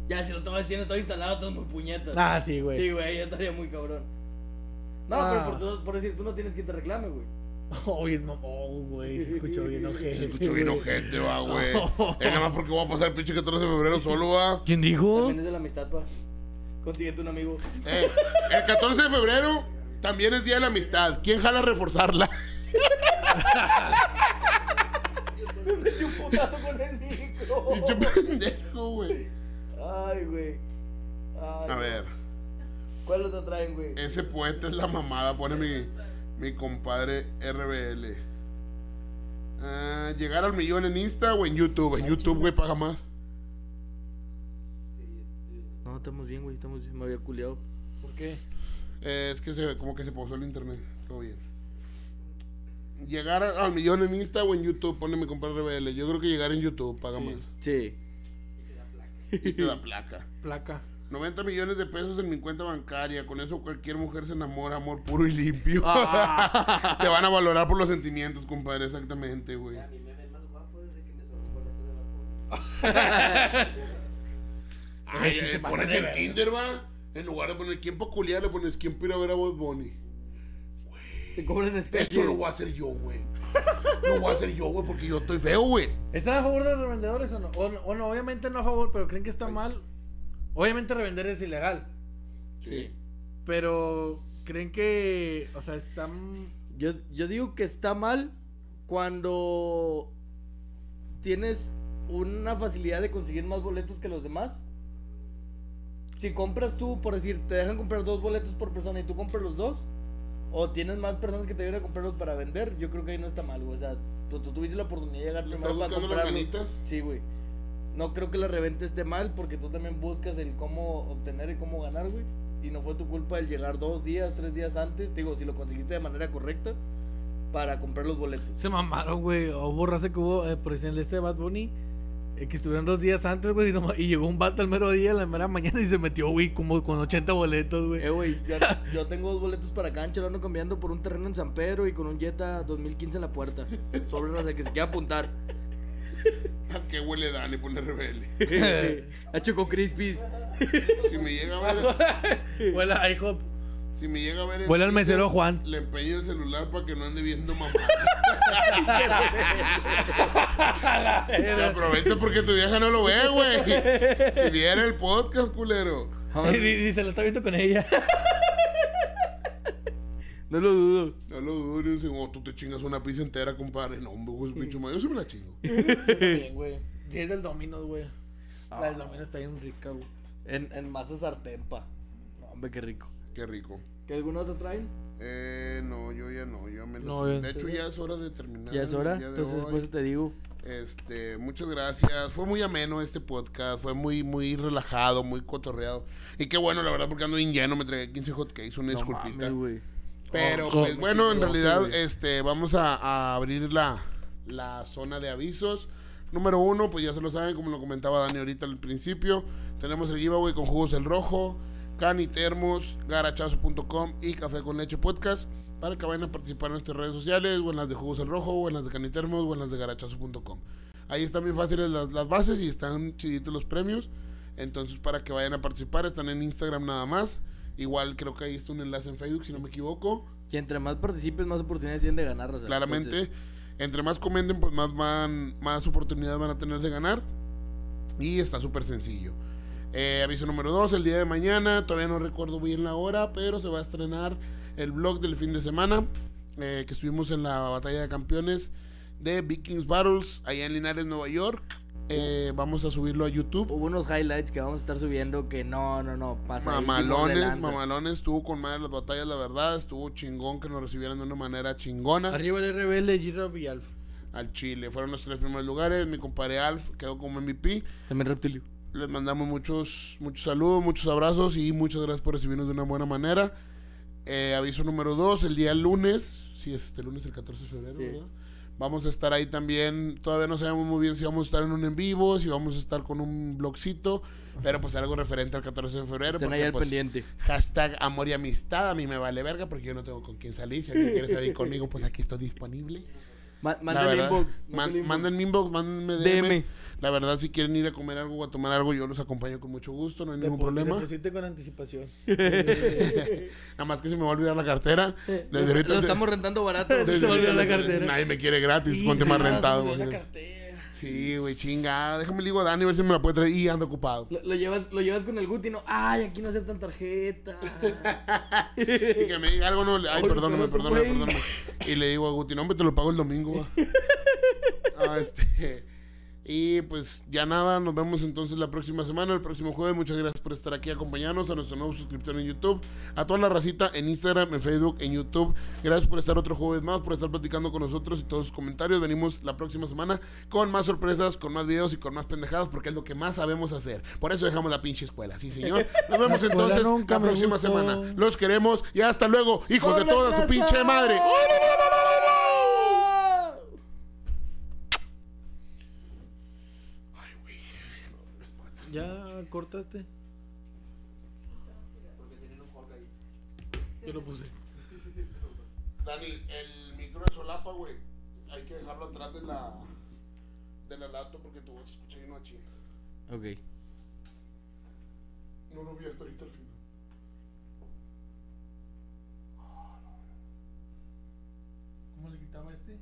S3: Ya si lo tomas tienes todo instalado, todo muy puñetas.
S1: ah, sí, güey.
S3: sí, güey, yo estaría muy cabrón. No,
S1: Ah.
S3: pero por, tú- por decir, tú no tienes que te reclame, güey.
S1: [LAUGHS] Oye, no, oh, güey, se escuchó bien ojete.
S2: Se escuchó bien
S1: güey.
S2: ojete, [LAUGHS] va, güey. Es nada más porque voy a pasar el pinche 14 de febrero solo, va.
S1: ¿Quién dijo?
S3: También es de la amistad, pa. Consíguete un amigo. [LAUGHS]
S2: Eh, el 14 de febrero también es Día de la Amistad. ¿Quién jala a reforzarla? [LAUGHS]
S3: Me metí un putazo con el micro.
S2: Pinche pendejo, güey.
S3: Ay, güey. Ay,
S2: A ver,
S3: ¿Cuál otro traen, güey?
S2: ese puente es la mamada, pone mi, mi compadre RBL. Ah, llegar al millón en Insta o en YouTube. En YouTube, güey, paga más.
S3: No, estamos bien, güey. Estamos bien. Me había culeado.
S1: ¿Por qué?
S2: Eh, es que se, como que se pausó el internet. Todo bien. Llegar al millón en Insta o en YouTube, pone mi compadre RBL. Yo creo que llegar en YouTube paga más.
S3: Sí.
S2: Y te da placa.
S1: Placa.
S2: 90 millones de pesos en mi cuenta bancaria. Con eso cualquier mujer se enamora, amor puro y limpio. [LAUGHS] Te van a valorar por los sentimientos, compadre, exactamente, güey.
S4: A mí me ven más guapo desde que me salió un boleto de vapor.
S2: Ay,
S1: sí
S2: eh,
S1: se pasa
S2: pones
S1: de
S2: en
S1: verga.
S2: Tinder, va. En lugar de poner quién pa' culiar, le pones quién para ir a ver a Bob Bunny.
S3: Se cobran
S2: Esto
S3: especie.
S2: lo voy a hacer yo, güey. Lo voy a hacer yo, güey, porque yo estoy feo, güey.
S1: ¿Están a favor de los revendedores o no? O, no- o no, obviamente no a favor, pero creen que está mal. Obviamente revender es ilegal,
S3: Sí.
S1: pero creen que, o sea, están...
S3: Yo, yo digo que está mal cuando tienes una facilidad de conseguir más boletos que los demás. Si compras tú, por decir, te dejan comprar dos boletos por persona y tú compras los dos, o tienes más personas que te vienen a comprarlos para vender, yo creo que ahí no está mal, güey. O sea, pues tú tuviste la oportunidad de llegar
S2: ¿Le
S3: primero
S2: estás
S3: para
S2: buscando las
S3: comprarlo.
S2: ganitas?
S3: Sí, güey. No creo que la reventa esté mal porque tú también buscas el cómo obtener y cómo ganar, güey. Y no fue tu culpa el llegar dos días, tres días antes. Te digo, si lo conseguiste de manera correcta para comprar los boletos.
S1: Se mamaron, güey. O borrase que hubo, eh, por ejemplo, este de Bad Bunny, eh, que estuvieron dos días antes, güey, y, nomás- y llegó un vato al mero día, la mera mañana, y se metió, güey, como con 80 boletos, güey.
S3: Eh, güey, yo, yo tengo dos boletos para cancha, lo ando cambiando por un terreno en San Pedro y con un Jetta 2015 en la puerta. Sobre las que se quiera apuntar. [LAUGHS]
S2: ¿A qué güey le dan y pone rebelde?
S1: [LAUGHS]
S3: A Choco [LAUGHS] Crispis.
S2: Si me llega a
S1: [LAUGHS]
S2: ver,
S1: Huele a IHOP.
S2: si me llega a ver en
S1: Huele al mesero [LAUGHS]
S2: Tinder,
S1: Juan.
S2: Le empeño el celular para que no ande
S1: [LAUGHS]
S2: viendo mamá. Te aprovecho porque tu vieja no lo ve,
S1: [LAUGHS]
S2: güey. Si viera el podcast, culero.
S1: Y, y- y se lo está viendo con ella.
S3: No lo dudo.
S2: No lo dudo, dice, oh, tú te chingas una pizza entera, compadre. No, hombre, güey, pinche madre, yo sí me la chingo. [LAUGHS]
S1: Bien, güey. Sí, es del Domino's, güey. La del Domino's está bien rica, güey.
S3: En, en masa sartén, pa. No, hombre, qué rico.
S2: Qué rico.
S3: ¿Que alguna otra traen?
S2: Eh, no, yo ya no, yo me lo-
S1: No, en
S2: De hecho,
S1: serio.
S2: ya es hora de terminar.
S3: Ya es hora,
S2: el día de
S3: entonces pues,
S2: hoy.
S3: después te digo.
S2: Este, muchas gracias. Fue muy ameno este podcast. Fue muy, muy relajado, muy cotorreado. Y qué bueno, la verdad, porque ando bien lleno. Me tragué 15 hotcakes, una
S3: No
S2: disculpita.
S3: mames, güey.
S2: Pero,
S1: Oh,
S2: pues,
S1: oh,
S2: bueno, en
S3: qué goce,
S2: realidad,
S3: güey.
S2: este, vamos a, a abrir la, la zona de avisos. Número uno, pues ya se lo saben, como lo comentaba Dani ahorita al principio. Tenemos el giveaway con Jugos El Rojo, Cani Termos, garachazo.com y Café con Leche Podcast. Para que vayan a participar en nuestras redes sociales, o en las de Jugos El Rojo, o en las de Cani Termos, o en las de garachazo.com. Ahí están bien fáciles las, las bases y están chiditos los premios. Entonces, para que vayan a participar, están en Instagram nada más. Igual creo que ahí está un enlace en Facebook, si no me equivoco.
S3: Y entre más participes, más oportunidades tienen de ganar, raza.
S2: Claramente,
S3: Entonces,
S2: entre más comenten, pues más van, más oportunidades van a tener de ganar. Y está súper sencillo. Eh, aviso número 2, el día de mañana, todavía no recuerdo bien la hora, pero se va a estrenar el blog del fin de semana eh, que estuvimos en la batalla de campeones de Vikings Battles allá en Linares, Nueva York. Eh, vamos a subirlo a YouTube.
S3: Hubo unos highlights que vamos a estar subiendo que no, no, no, pasa.
S2: Mamalones, mamalones, estuvo con madre las batallas, la verdad, estuvo chingón que nos recibieron de una manera chingona.
S1: Arriba el RBL, Giro y Alf.
S2: Al Chile, fueron los tres primeros lugares, mi compadre Alf quedó como MVP.
S3: También reptilio.
S2: Les mandamos muchos, muchos saludos, muchos abrazos y muchas gracias por recibirnos de una buena manera. Eh, aviso número dos, el día lunes, sí, es este lunes el 14 de febrero,
S3: Sí.
S2: ¿verdad? Vamos a estar ahí también, todavía no sabemos muy bien si vamos a estar en un en vivo, si vamos a estar con un blogcito, pero pues algo referente al 14 de febrero.
S3: Estén ahí
S2: porque,
S3: al
S2: pues,
S3: pendiente.
S2: Hashtag amor y amistad, a mí me vale verga porque yo no tengo con quién salir. Si alguien quiere salir conmigo, pues aquí estoy disponible.
S3: Ma-
S2: La
S3: Mándenme
S2: verdad,
S3: inbox.
S2: man- Mándenme inbox, mándenme DM.
S3: DM.
S2: La verdad, si quieren ir a comer algo o a tomar algo, yo los acompaño con mucho gusto, no hay ningún problema.
S1: pusiste con anticipación.
S2: [LAUGHS] Nada más que se me va a olvidar la cartera.
S1: Eh,
S2: Desde ahorita
S3: Lo
S2: se-
S3: estamos rentando barato.
S1: Se
S2: desde
S1: me olvidó
S2: ahorita
S1: la
S2: se-
S1: cartera.
S2: Nadie me quiere gratis, ponte más Pues, rentado. imagínate. Sí, güey, chinga. Déjame le digo a Dani a ver si me la puede traer. Y ando ocupado.
S3: Lo, lo llevas, lo llevas con el Guti, no. Ay, aquí no
S2: [LAUGHS]
S3: aceptan tarjeta.
S2: Y que me diga algo, no. le- Ay,
S3: Ay,
S2: perdóname,
S3: pero tú,
S2: perdóname,
S3: güey.
S2: perdóname. Y le digo a Guti, no, hombre, te lo pago
S1: [LAUGHS]
S2: el domingo. va". Ah, este. Y pues ya nada, nos vemos entonces la próxima semana, el próximo jueves. Muchas gracias por estar aquí, acompañarnos a nuestro nuevo suscriptor en YouTube, a toda la racita en Instagram, en Facebook, en YouTube. Gracias por estar otro jueves más, por estar platicando con nosotros y todos sus comentarios. Venimos la próxima semana con más sorpresas, con más videos y con más pendejadas, porque es lo que más sabemos hacer. Por eso dejamos la pinche escuela,
S1: [LAUGHS]
S2: sí, señor. Nos vemos
S1: escuela
S2: entonces
S1: nunca
S2: la
S1: me
S2: próxima
S1: gustó.
S2: semana. Los queremos y hasta luego, hijos de toda su pinche madre.
S1: ¿Ya cortaste?
S6: Porque tienen un Hulk ahí.
S1: Yo lo puse.
S2: Dani, el micro de solapa, güey. Hay que dejarlo atrás de la. de la laptop porque tu voz se escucha bien machín.
S3: Ok.
S2: No lo vi hasta ahorita al final.
S1: ¿Cómo se quitaba este?